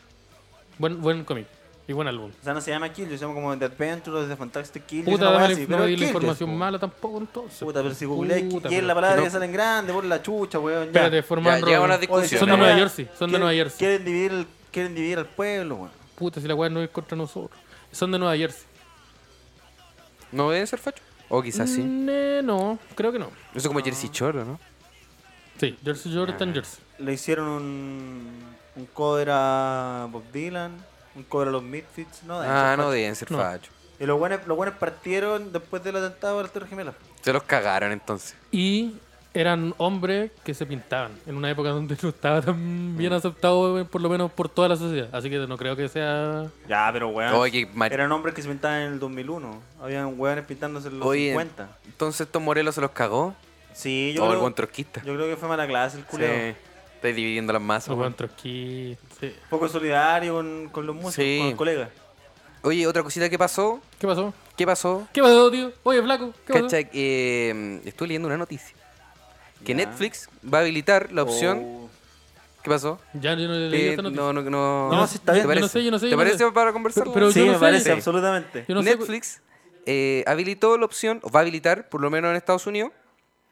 Buen, buen cómic y buen álbum.
O sea, no se llama Killjoys, se llama como The Adventures of the Fantastic Killjoys.
Puta,
una wea
dame
así,
la- no
pero
di
es
la
Killjoys,
información
po.
mala tampoco entonces.
Puta, pero si googleáis
Puta,
Killjoys,
pero-
la palabra
que no-
que sale en grande, por la chucha, weón. ya.
Espérate, forman
Ya, llegamos a las
Robin.
Oye,
discusiones.
Son de
si
Nueva
quieren-
York, sí, son de
quieren-
Nueva Jersey.
Quieren dividir, el, quieren dividir al pueblo, weón.
Puta, si la weá no es contra nosotros. Son de Nueva Jersey.
¿No deben ser fachos? O quizás
Mm.
Ne-
sí.
Mm, eh, no, creo que no.
Eso es como Jersey Choro, ¿no?
Sí, Jersey Shore
Ah.
está en Jersey.
Le hicieron un, un cover a Bob Dylan, un cover a los Misfits, ¿no? De
Ah,
hecho,
no deben ser
No.
fachos.
Y los buenos, los buenos partieron después del atentado de las Torres Gemelas.
Se los cagaron entonces.
Y eran hombres que se pintaban en una época donde no estaba tan
Mm.
bien aceptado, eh, por lo menos por toda la sociedad. Así que no creo que sea.
Ya, pero weón.
Oye, ma-
Eran hombres que se pintaban en el 2001. Habían weones pintándose en los
Oye,
50.
entonces Tom Morelos se los cagó.
Sí, yo,
O el
creo,
buen trotskista.
yo creo que fue mala clase el
Sí.
culeo.
Estáis dividiendo las masas.
Su
weón.
buen trotskista, sí.
Poco solidario con, con los músicos,
Sí.
con los colegas.
Oye, otra cosita que pasó.
¿Qué pasó?
¿Qué pasó?
¿Qué pasó, tío? Oye, flaco, ¿qué pasó?
Cacha, eh, estuve leyendo una noticia. Que
Ya.
Netflix va a habilitar la opción.
Oh.
¿Qué pasó?
Ya, yo no he
Eh,
leído esta
no,
noticia.
no, no.
No,
sí, está bien.
¿Te
Yo
no
parece?
sé, yo no sé,
¿Te
yo no
parece
sé.
para conversar?
Pero-
Sí,
yo no
me
sé.
parece,
Sí.
absolutamente.
Yo no sé-
Netflix eh, habilitó la opción, o va a habilitar, por lo menos en Estados Unidos,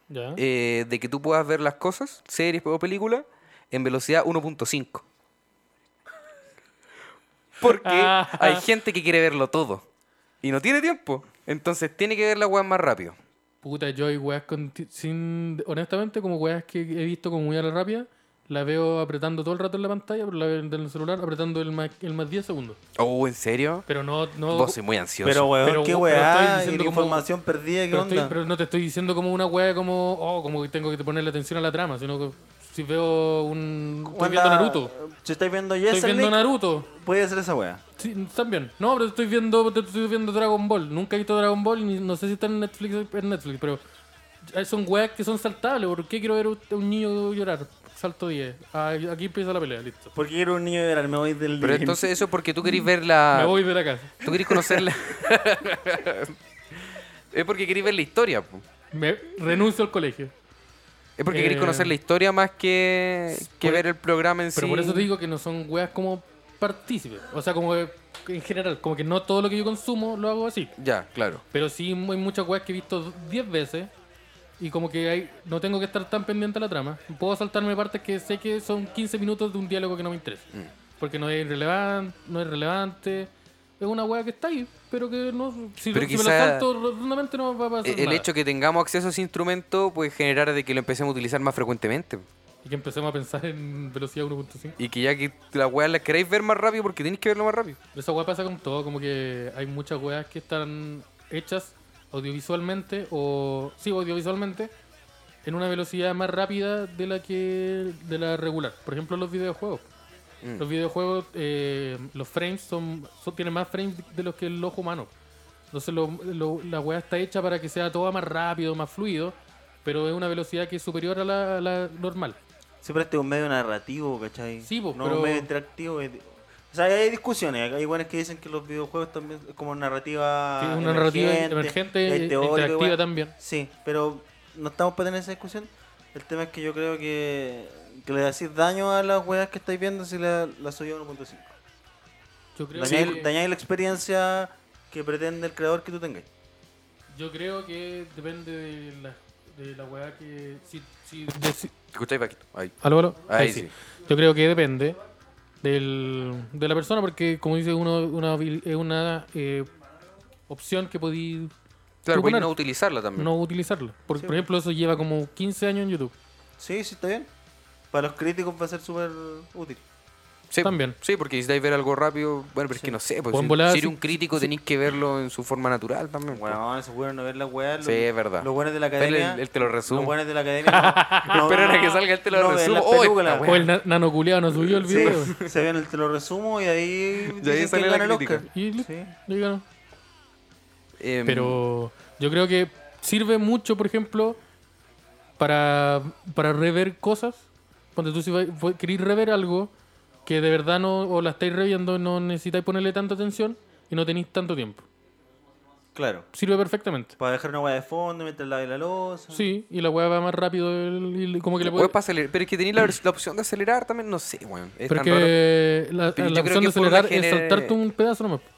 Ya.
eh, de que tú puedas ver las cosas, series o películas, en velocidad 1.5. Porque
Ah.
hay gente que quiere verlo todo y no tiene tiempo. Entonces tiene que ver la web más rápido.
Puta, yo hay weas con ti- sin... Honestamente, como weas que he visto como muy a la rápida, la veo apretando todo el rato en la pantalla, pero la veo en el celular apretando el más, el más 10 segundos.
Oh, ¿en serio?
Pero no... no
Vos soy muy ansioso.
Pero, weón,
Pero,
qué
weón, pero
weá.
estoy
Y
diciendo
la
como-
información perdida, ¿qué
pero,
onda?
estoy- pero no te estoy diciendo como una wea como... Oh, como que tengo que ponerle atención a la trama, sino que si veo un... Estoy viendo
Onda,
Naruto.
Si estáis viendo
Estoy viendo
Yesterday,
Naruto.
puede ser esa weá.
Sí, también. No, pero estoy viendo, estoy viendo Dragon Ball. Nunca he visto Dragon Ball, ni, no sé si está en Netflix, en Netflix pero eh, son weas que son saltables. ¿Por qué quiero ver un- un niño llorar? Salto 10. Ah, aquí empieza la pelea, listo.
Porque quiero un niño de verano, me voy del
Pero
living.
entonces eso es porque tú querés ver
Me
Ah.
la...
voy de la casa.
Tú querés conocerla. es porque querés ver la historia. po.
Me renuncio al colegio.
Es porque querés
Eh,
conocer la historia más que, que
por-
ver el programa en sí.
Pero por eso te digo que no son weas como partícipes. O sea, como que, en general, como que no todo lo que yo consumo lo hago así.
Ya, claro.
Pero sí hay muchas weas que he visto 10 veces. Y como que hay, no tengo que estar tan pendiente a la trama. Puedo saltarme partes que sé que son 15 minutos de un diálogo que no me interesa.
Mm.
Porque no es irrelevante, no es relevante. Es una wea que está ahí, pero que no. Si,
Pero
si me
quizá-
la salto rotundamente no va a pasar.
E-, El,
nada.
hecho que tengamos acceso a ese instrumento puede generar de que lo empecemos a utilizar más frecuentemente.
Y que empecemos a pensar en velocidad 1.5.
Y que ya que la weá la queréis ver más rápido porque tenéis que verlo más rápido.
Pero esa wea pasa con todo, como que hay muchas weas que están hechas audiovisualmente o. Sí, audiovisualmente. En una velocidad más rápida de la que. de la regular. Por ejemplo, los videojuegos.
Mm.
Los videojuegos, eh, los frames son, son- tienen más frames de los que el ojo humano. Entonces lo- lo- la weá está hecha para que sea todo más rápido, más fluido, pero es una velocidad que es superior a la, a la normal.
Siempre este es un medio narrativo, ¿cachai?
Sí, po,
No
pero-
un medio interactivo. es- O sea, hay discusiones. Hay buenas que dicen que los videojuegos también es como narrativa.
Sí, es una narrativa emergente,
y hay
eh,
teórico y
interactiva
weá.
también.
Sí, pero no estamos para tener esa discusión. El tema es que yo creo que, que le hacís daño a las weas que estáis viendo si la, la subís a 1.5.
Yo creo,
Dañáis,
que,
dañáis la experiencia que pretende el creador que tú tengas.
yo creo que depende de la, de la weá que... Si, si, de- si-
¿Escucháis, Paquito? Ahí.
¿Aló, aló?
Ahí
sí.
sí.
Yo creo que depende del, de la persona, porque como dice uno, una habil- es una eh, opción que podéis
Claro,
Tú
podéis
poner-
no utilizarla también.
no utilizarlo. Por, por ejemplo, eso lleva como 15 años en YouTube.
Sí, sí, está bien. Para los críticos va a ser súper útil.
Sí,
También.
Sí, porque si dais ver algo rápido, bueno, pero es que no sé. Pues,
Pues en
si,
volada,
si eres
sí,
un crítico tenéis que verlo en su forma natural también. pues.
Bueno, esos weones no ver las weas. los-
sí, es verdad.
Los buenos de la
Pero él-
academia.
él te lo resume.
Los buenos de la academia. no- no-
Esperan a
no-
que salga el te lo
no ven
resumo.
las
Oh, esta
películas.
wea.
O el na- nanoculeado no subió el video.
Sí, se ven el te lo resumo y ahí.
De ahí
dicen
sale
quién
la
gana el
crítica.
Oscar.
Y li-
Sí.
y ganó.
Em,
Pero yo creo que sirve mucho, por ejemplo, para, para rever cosas. Cuando tú si vai- fue- querís rever algo que de verdad no, o la estáis reviendo, no necesitáis ponerle tanta atención y no tenéis tanto tiempo.
Claro.
Sirve perfectamente.
Para dejar una hueá de fondo mientras lave la losa.
Sí, y la weá va más rápido el- y le- como que le
o
puede...
es para acelerar. Pero es que tenéis la, vers- la opción de acelerar también, no sé, weón.
Pero
Es tan raro.
que la,
Pero yo
la
creo
opción
que
de
por la
acelerar es
gener-
saltarte un pedazo nomás.
Yo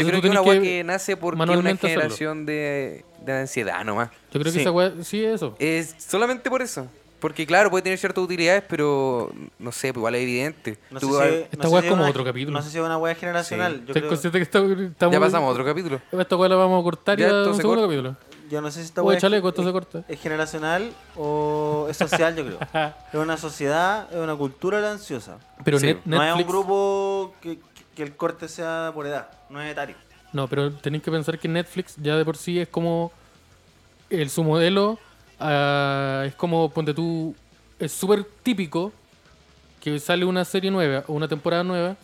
Entonces
creo
tú
que es
tenés
una weá que nace porque una
manualmente hacerlo.
generación de, de ansiedad nomás.
Yo creo que
Sí.
esa weá sí es eso.
Es solamente por eso. Porque claro, puede tener ciertas utilidades, pero no sé, pues igual es evidente.
No sé
Tú,
si-
ah,
no
Esta
sé
hueá
si
es como
una-
otro capítulo.
No sé si es una hueá generacional. Yo,
¿Estás
creo-
consciente que está- estamos-
Ya pasamos a otro capítulo.
Esta weá la vamos a cortar y
Ya,
a un
esto se
segundo
corta.
capítulo.
yo no sé si esta
O de
hueá.
chaleco, esto
es,
se corta.
es generacional o es social, yo creo. Es una sociedad, es una cultura la ansiosa.
Pero
Sí,
Net- Netflix...
No es un grupo que, que el corte sea por edad, no es etario.
No, pero tenéis que pensar que Netflix ya de por sí es como... El, su modelo ah, es como, ponte tú, es súper típico que sale una serie nueva o una temporada nueva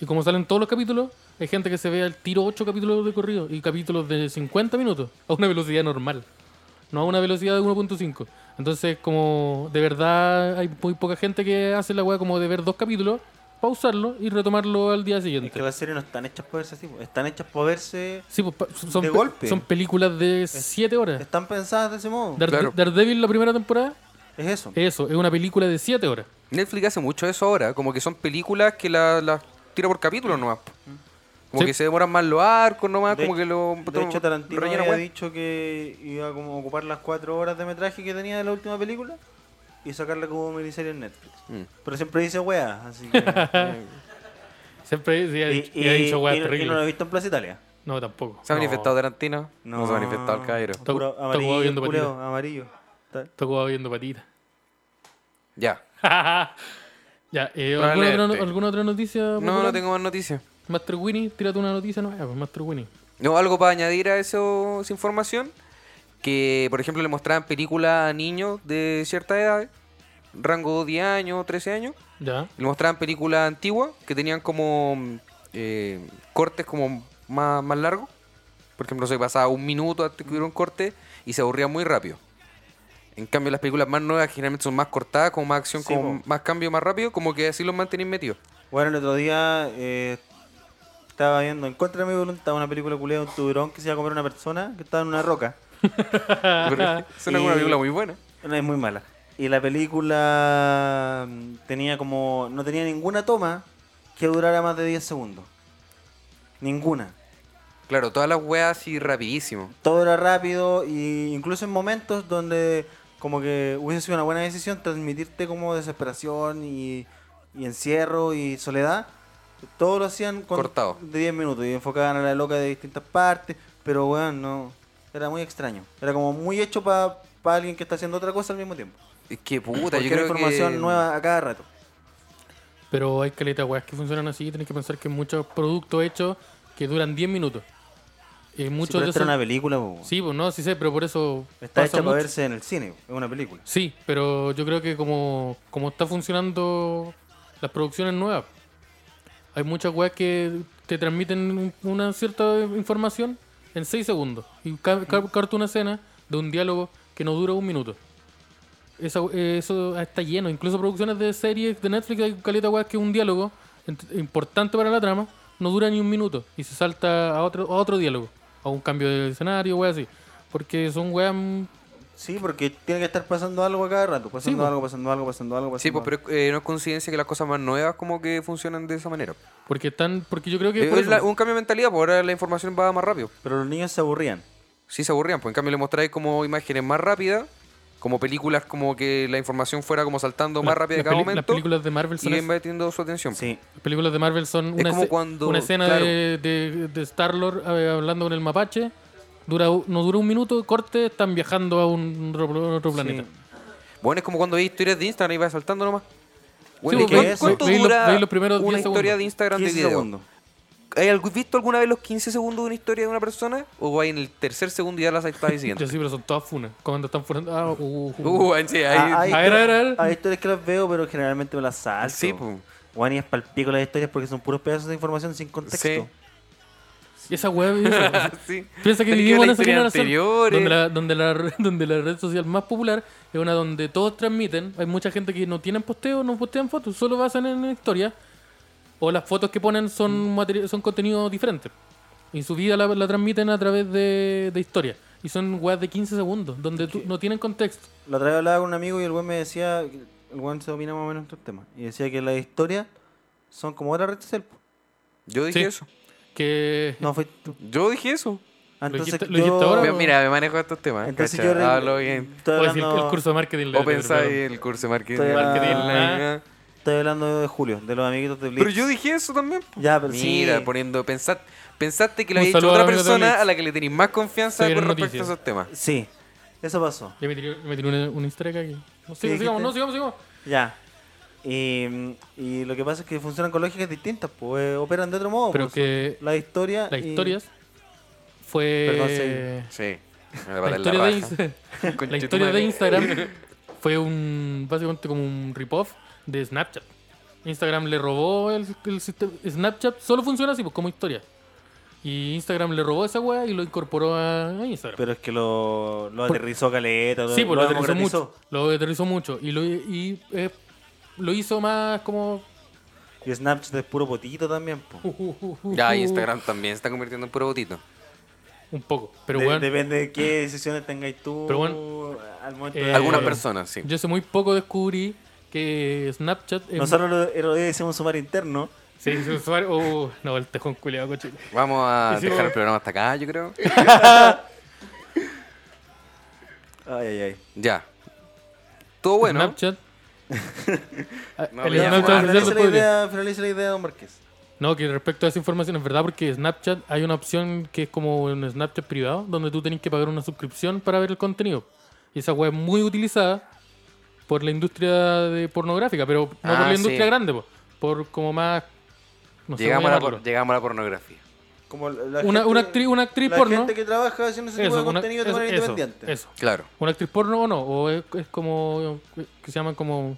y como salen todos los capítulos, hay gente que se ve al tiro 8 capítulos de corrido y capítulos de 50 minutos a una velocidad normal, no a una velocidad de 1.5. Entonces, como de verdad hay muy poca gente que hace la weá como de ver dos capítulos, pausarlo y retomarlo al día siguiente.
Es que las series no están hechas para verse así, po. están hechas para verse.
Sí, pues, pa- son,
De
pe-
golpe.
son películas de 7 horas.
Están pensadas de ese modo.
Darede-
Claro.
Daredevil, la primera temporada,
Es eso.
es eso, es una película de 7 horas.
Netflix hace mucho eso ahora, como que son películas que las las tira por capítulo nomás. po. Como
Sí.
que se demoran más los arcos nomás,
De
como que lo
De hecho, Tarantino
rellenan
había
web.
dicho que iba como a ocupar las cuatro horas de metraje que tenía de la última película y sacarla como miniserie en Netflix.
Mm.
Pero siempre dice weas, así que... eh,
Siempre sí, ha dicho-
y,
y ha
y-
dicho weá
y- y no lo
terrible.
he visto en Plaza Italia.
No, tampoco.
¿Se ha
No.
manifestado Tarantino? No.
No,
se ha manifestado el Cairo.
Está-
Puro
está
amarillo,
jugado viendo
cureo,
patito.
amarillo. Está-
Está ocupado viendo patitas.
Ya.
ya, eh, ¿alguna,
Probablemente.
otra, no- alguna otra noticia?
No,
popular?
no tengo más noticias.
Master Winnie, tírate una noticia nueva, pues, Master Winnie.
No, algo para añadir a eso, esa información. Que, por ejemplo, le mostraban películas a niños de cierta edad, rango 10 años, 13 años.
Ya.
Le mostraban películas antiguas que tenían como eh, cortes como más, más largos. Por ejemplo, se pasaba un minuto antes que hubiera un corte y se aburría muy rápido. En cambio, las películas más nuevas generalmente son más cortadas, con más acción,
Sí,
con
po.
más cambio, más rápido, como que así los mantenéis metidos.
Bueno, el otro día eh, estaba viendo En contra de mi voluntad una película culeada de un tiburón que se iba a comer a una persona que estaba en una roca.
Pero Es una
Y-
una película muy buena.
No, es muy mala. Y la película mm, tenía como. No tenía ninguna toma que durara más de 10 segundos. Ninguna.
Claro, todas las weas así rapidísimo.
Todo era rápido y incluso en momentos donde como que hubiese sido una buena decisión transmitirte como desesperación y, y encierro y soledad. Todo lo hacían con-
Cortado.
de 10 minutos y enfocaban a la loca de distintas partes. Pero bueno, no. Era muy extraño. Era como muy hecho para alguien que está haciendo otra cosa al mismo tiempo.
Es que puta,
Porque
yo
era
creo
información
que...
nueva a cada rato.
Pero hay caleta de weas que funcionan así. Tenés que pensar que hay muchos productos hechos que duran 10 minutos. Eh,
Mucho
muchos
pero
de
esta era
esos-
una película, po.
Sí, pues no, sí sé, pero por eso.
Está
pasa
hecha para
mucho.
verse en el cine, po. es una película.
Sí, pero yo creo que como, como está funcionando las producciones nuevas, hay muchas weas que te transmiten un- una cierta información en 6 segundos. Y ca- ca- corta una escena de un diálogo que no dura un minuto. Esa- eh, eso está lleno. Incluso producciones de series de Netflix hay caleta weas que un diálogo ent- importante para la trama no dura ni un minuto y se salta a otro, a otro diálogo, a un cambio de escenario, weas así. Porque son weas mm,
Sí, porque tiene que estar pasando algo a cada rato. Pasando
po.
algo, pasando algo, pasando algo, pasando
Sí, pues,
algo.
pero eh, no es coincidencia que las cosas más nuevas como que funcionan de esa manera.
Porque están, porque yo creo que
Eh,
por
es la-
eso-
un cambio de mentalidad, pues ahora la información va más rápido.
Pero los niños se aburrían.
Sí se aburrían, pues en cambio le mostráis como imágenes más rápidas, como películas como que la información fuera como saltando más
la-
rápida
las
cada
peli-
momento
Las películas de Marvel
y
son
va
así.
metiendo su atención.
Sí.
Las películas de Marvel son una,
como
esce-
cuando-
una escena
claro.
de, de, Star Lord hablando con el mapache. Dura, u- no dura un minuto, corte, están viajando a un otro, otro planeta.
Sí.
Bueno, es como cuando veis historias de Instagram y vas saltando nomás. Bueno,
Sí,
¿y
pues, ve-
cuán- ¿Cuánto
ve- veis los-
dura
veis los primeros
una
10
historia
segundos.
de Instagram de
15
video?
segundos.
¿Hay algún- visto alguna vez los 15 segundos de una historia de una persona? ¿O hay en el tercer segundo y ya la saltáis
Yo
siguiente?
sí, pero son todas funas. Cuando están funas. Ah, uh, uh.
Uh, sí, ahí-
Ah, hay,
A ver, a ver, a ver.
hay historias que las veo, pero generalmente me las salto.
Sí, po.
Bueno, y es palpico las historias porque son puros pedazos de información sin contexto.
Sí.
Y esa web.
Ah,
esa-
sí.
Piensa que
Tenés
vivimos
ver
en
la
esa
historia
generación
anterior,
donde
eh.
la, donde, la, re- donde la red social más popular es una donde todos transmiten. Hay mucha gente que no tienen posteo, no postean fotos, solo basan en historias. O las fotos que ponen son,
Mm.
materi- son contenido diferente. Y su vida la, la transmiten a través de, de historias. Y son webs de 15 segundos, donde tú- no tienen contexto.
La otra vez hablaba con un amigo y el buen me decía, el buen se opina más o menos estos temas, y decía que las historias son como otra red social. po.
Yo dije
Sí.
eso.
Que
No, fue tú.
Yo dije eso.
Ah,
Lo
Entonces,
dijiste- lo dijiste
yo-
ahora,
Mira,
po.
mira, me manejo estos temas.
Entonces
cacha,
yo re-
Hablo bien.
estoy
o decir,
hablando-
el curso de marketing. le-
O
le-
pensáis
le-
el curso de marketing.
Estoy hablando-
online,
Ah.
ah.
Estoy hablando de Julio, de los amiguitos de Blitz.
Pero yo dije eso también. po.
Ya, pero
Mira,
sí.
poniendo. pensad- pensaste que lo
Un
había dicho
saludo a
otra
los amigos de
persona
Blitz.
a la que le tenéis más confianza
Se
con
vienen
respecto a
noticias.
esos temas.
Sí, eso pasó.
Ya me tiré, me tiré una- un easter egg aquí. No, sigamos,
dijiste?
sigamos, no, sigamos, sigamos.
Ya. Y, y lo que pasa es que funcionan con lógicas distintas, pues eh, operan de otro modo.
Pero
pues,
que
La historia.
las
y-
historias fue...
Perdón, sí.
Sí. Me la
La
paré en la
historia, de,
raja.
Insta- la
Conchetumare.
historia de Instagram fue un básicamente como un rip-off de Snapchat. Snapchat. Instagram le robó el, el sistema. Snapchat solo funciona así, pues como historia. Y Instagram le robó esa weá y lo incorporó a a Instagram.
Pero es que lo, lo
Por-
aterrizó caleta, lo,
sí, pues
lo
lo, aterrizó
democratizó.
mucho. Lo aterrizó mucho. Y lo, y, eh, lo hizo más como.
Y Snapchat es puro potito también, pues. po.
Uh,
Ya, y Instagram también se está convirtiendo en puro botito.
Un poco. Pero
De-
weón,
Depende de qué decisiones tengáis tú
Pero
al momento
eh,
de-
Algunas
bueno.
personas, sí.
yo hace muy poco descubrí que Snapchat. es-
Nosotros lo, lo decimos sumar interno.
Sí, es un usuario. oh, no, el tejón culiado cochino.
Vamos a
Hicimos-
dejar el programa hasta acá, yo creo.
Ay, ay, ay.
Ya. Todo bueno.
Snapchat. Ah,
No,
el
ya,
Snapchat
bueno,
Finaliza
oficial lo
la,
podría.
idea, finaliza la idea, don Marqués.
No, que respecto a esa información es verdad porque Snapchat hay una opción que es como un Snapchat privado donde tú tenés que pagar una suscripción para ver el contenido. Y esa web es muy utilizada por la industria de pornográfica, pero no
Ah,
por la
sí.
industria grande, po, por como más... No sé
Llegamos, a
cómo
la, por-
llamarlo.
llegamos a la pornografía.
Como la
Una,
gente-
una actriz, una actriz
la
porno...
gente que trabaja haciendo ese tipo
Eso,
de
una-
contenido de
eso,
manera
eso,
independiente.
eso.
Claro.
¿Una actriz porno o no? ¿O es, es como... eh, que se llaman como...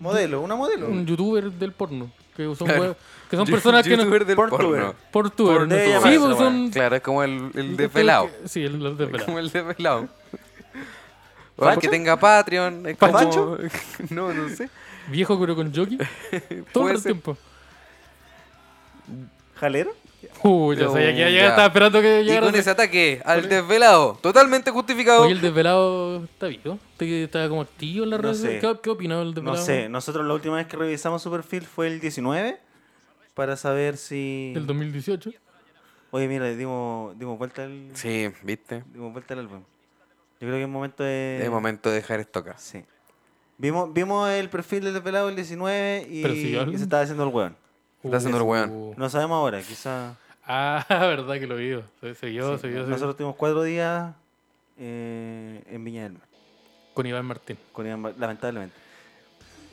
Modelo, una modelo.
Un youtuber del porno. Que son,
Claro.
web- que son personas que no...
Youtuber del
Porntuber.
porno.
Portuber,
Por- debe
¿no?
llamarse
Sí,
la
pues
wea.
son...
Claro, es como el, el desvelado.
Sí, el, el desvelado.
Como el desvelado. O
¿Pancho?
el que tenga Patreon. Es como...
¿Pancho?
no, no sé.
Viejo pero con jockey. Todo
Puede
el
ser.
tiempo.
¿Jalero?
Uy, ya
Pero,
sabía que iba a
ya.
llegar, Estaba esperando que
Y
llegara.
con ese ataque al desvelado. Totalmente justificado.
Oye, el desvelado está vivo. Este Está como activo en las
No
redes.
sé.
sociales. ¿Qué, qué opinaba el
No
desvelado?
sé, nosotros la última vez que revisamos su perfil fue el 19 para saber si...
Del 2018.
Oye, mira, dimos, dimos vuelta al...
Sí, viste.
Dimos vuelta al álbum. Yo creo que es momento de...
Eh.
Es momento de dejar esto acá.
Sí. Vimos, vimos el perfil del pelado el 19 y,
Pero si yo- Oh.
y se estaba haciendo el hueón.
Está haciendo el weón.
No sabemos ahora, quizá...
Uh, Ah, verdad que lo vio. Se, se vio, se vio. se vio.
Nosotros tuvimos cuatro días eh, en Viña del Mar,
Con Iván Martín.
con Iván Bar- lamentablemente.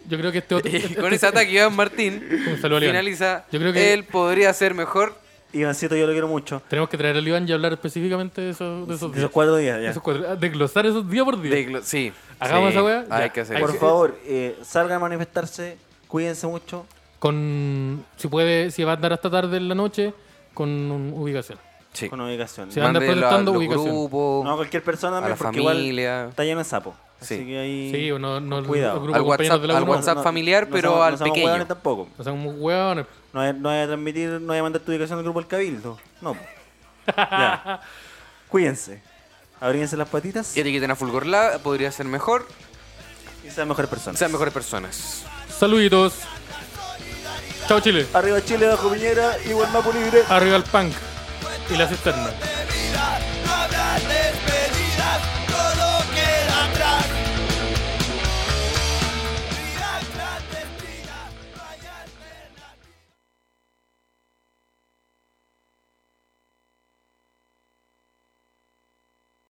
Yo creo que este otro.
Y con ese ataque, Iván Martín
Un saludo a Iván.
finaliza.
Yo creo que-
Él podría ser mejor.
Ivancito yo lo quiero mucho.
Tenemos que traer al Iván y hablar específicamente de esos, de esos
De
días.
esos cuatro días, ya.
Esos cuatro- ah, Desglosar esos días por día.
de glo- sí.
Hagamos
sí,
esa weá,
Hay
ya.
que hacer
Hay
Por
que-
favor, eh, salgan a manifestarse, cuídense mucho.
Con. Si puede, si va a andar hasta tarde en la noche, con un- ubicación.
Sí.
Con ubicación.
Sí, anda
Mándelo a
protestando
los
ubicación.
grupos,
No a cualquier persona,
a la
también, porque
familia.
igual está lleno de sapos. Así
Sí.
que ahí.
Sí, o no, no el-
Cuidado.
el grupo
Al
de compañeros
WhatsApp-
de la
al
U no.
WhatsApp. familiar, pero
somos-
al
no somos
pequeño.
hueones tampoco.
No son muy hueones.
No voy, a- no voy a transmitir, no voy a mandar tu ubicación al grupo del Cabildo. No. po. ya. Cuídense. Abríguense las patitas
Y etiqueten a Fulgor Lab, podría ser mejor.
y sean mejores personas.
Sean mejores personas.
Saluditos. Chao Chile.
Arriba Chile, bajo Piñera, igual Mapu libre.
Arriba el punk y la cisterna.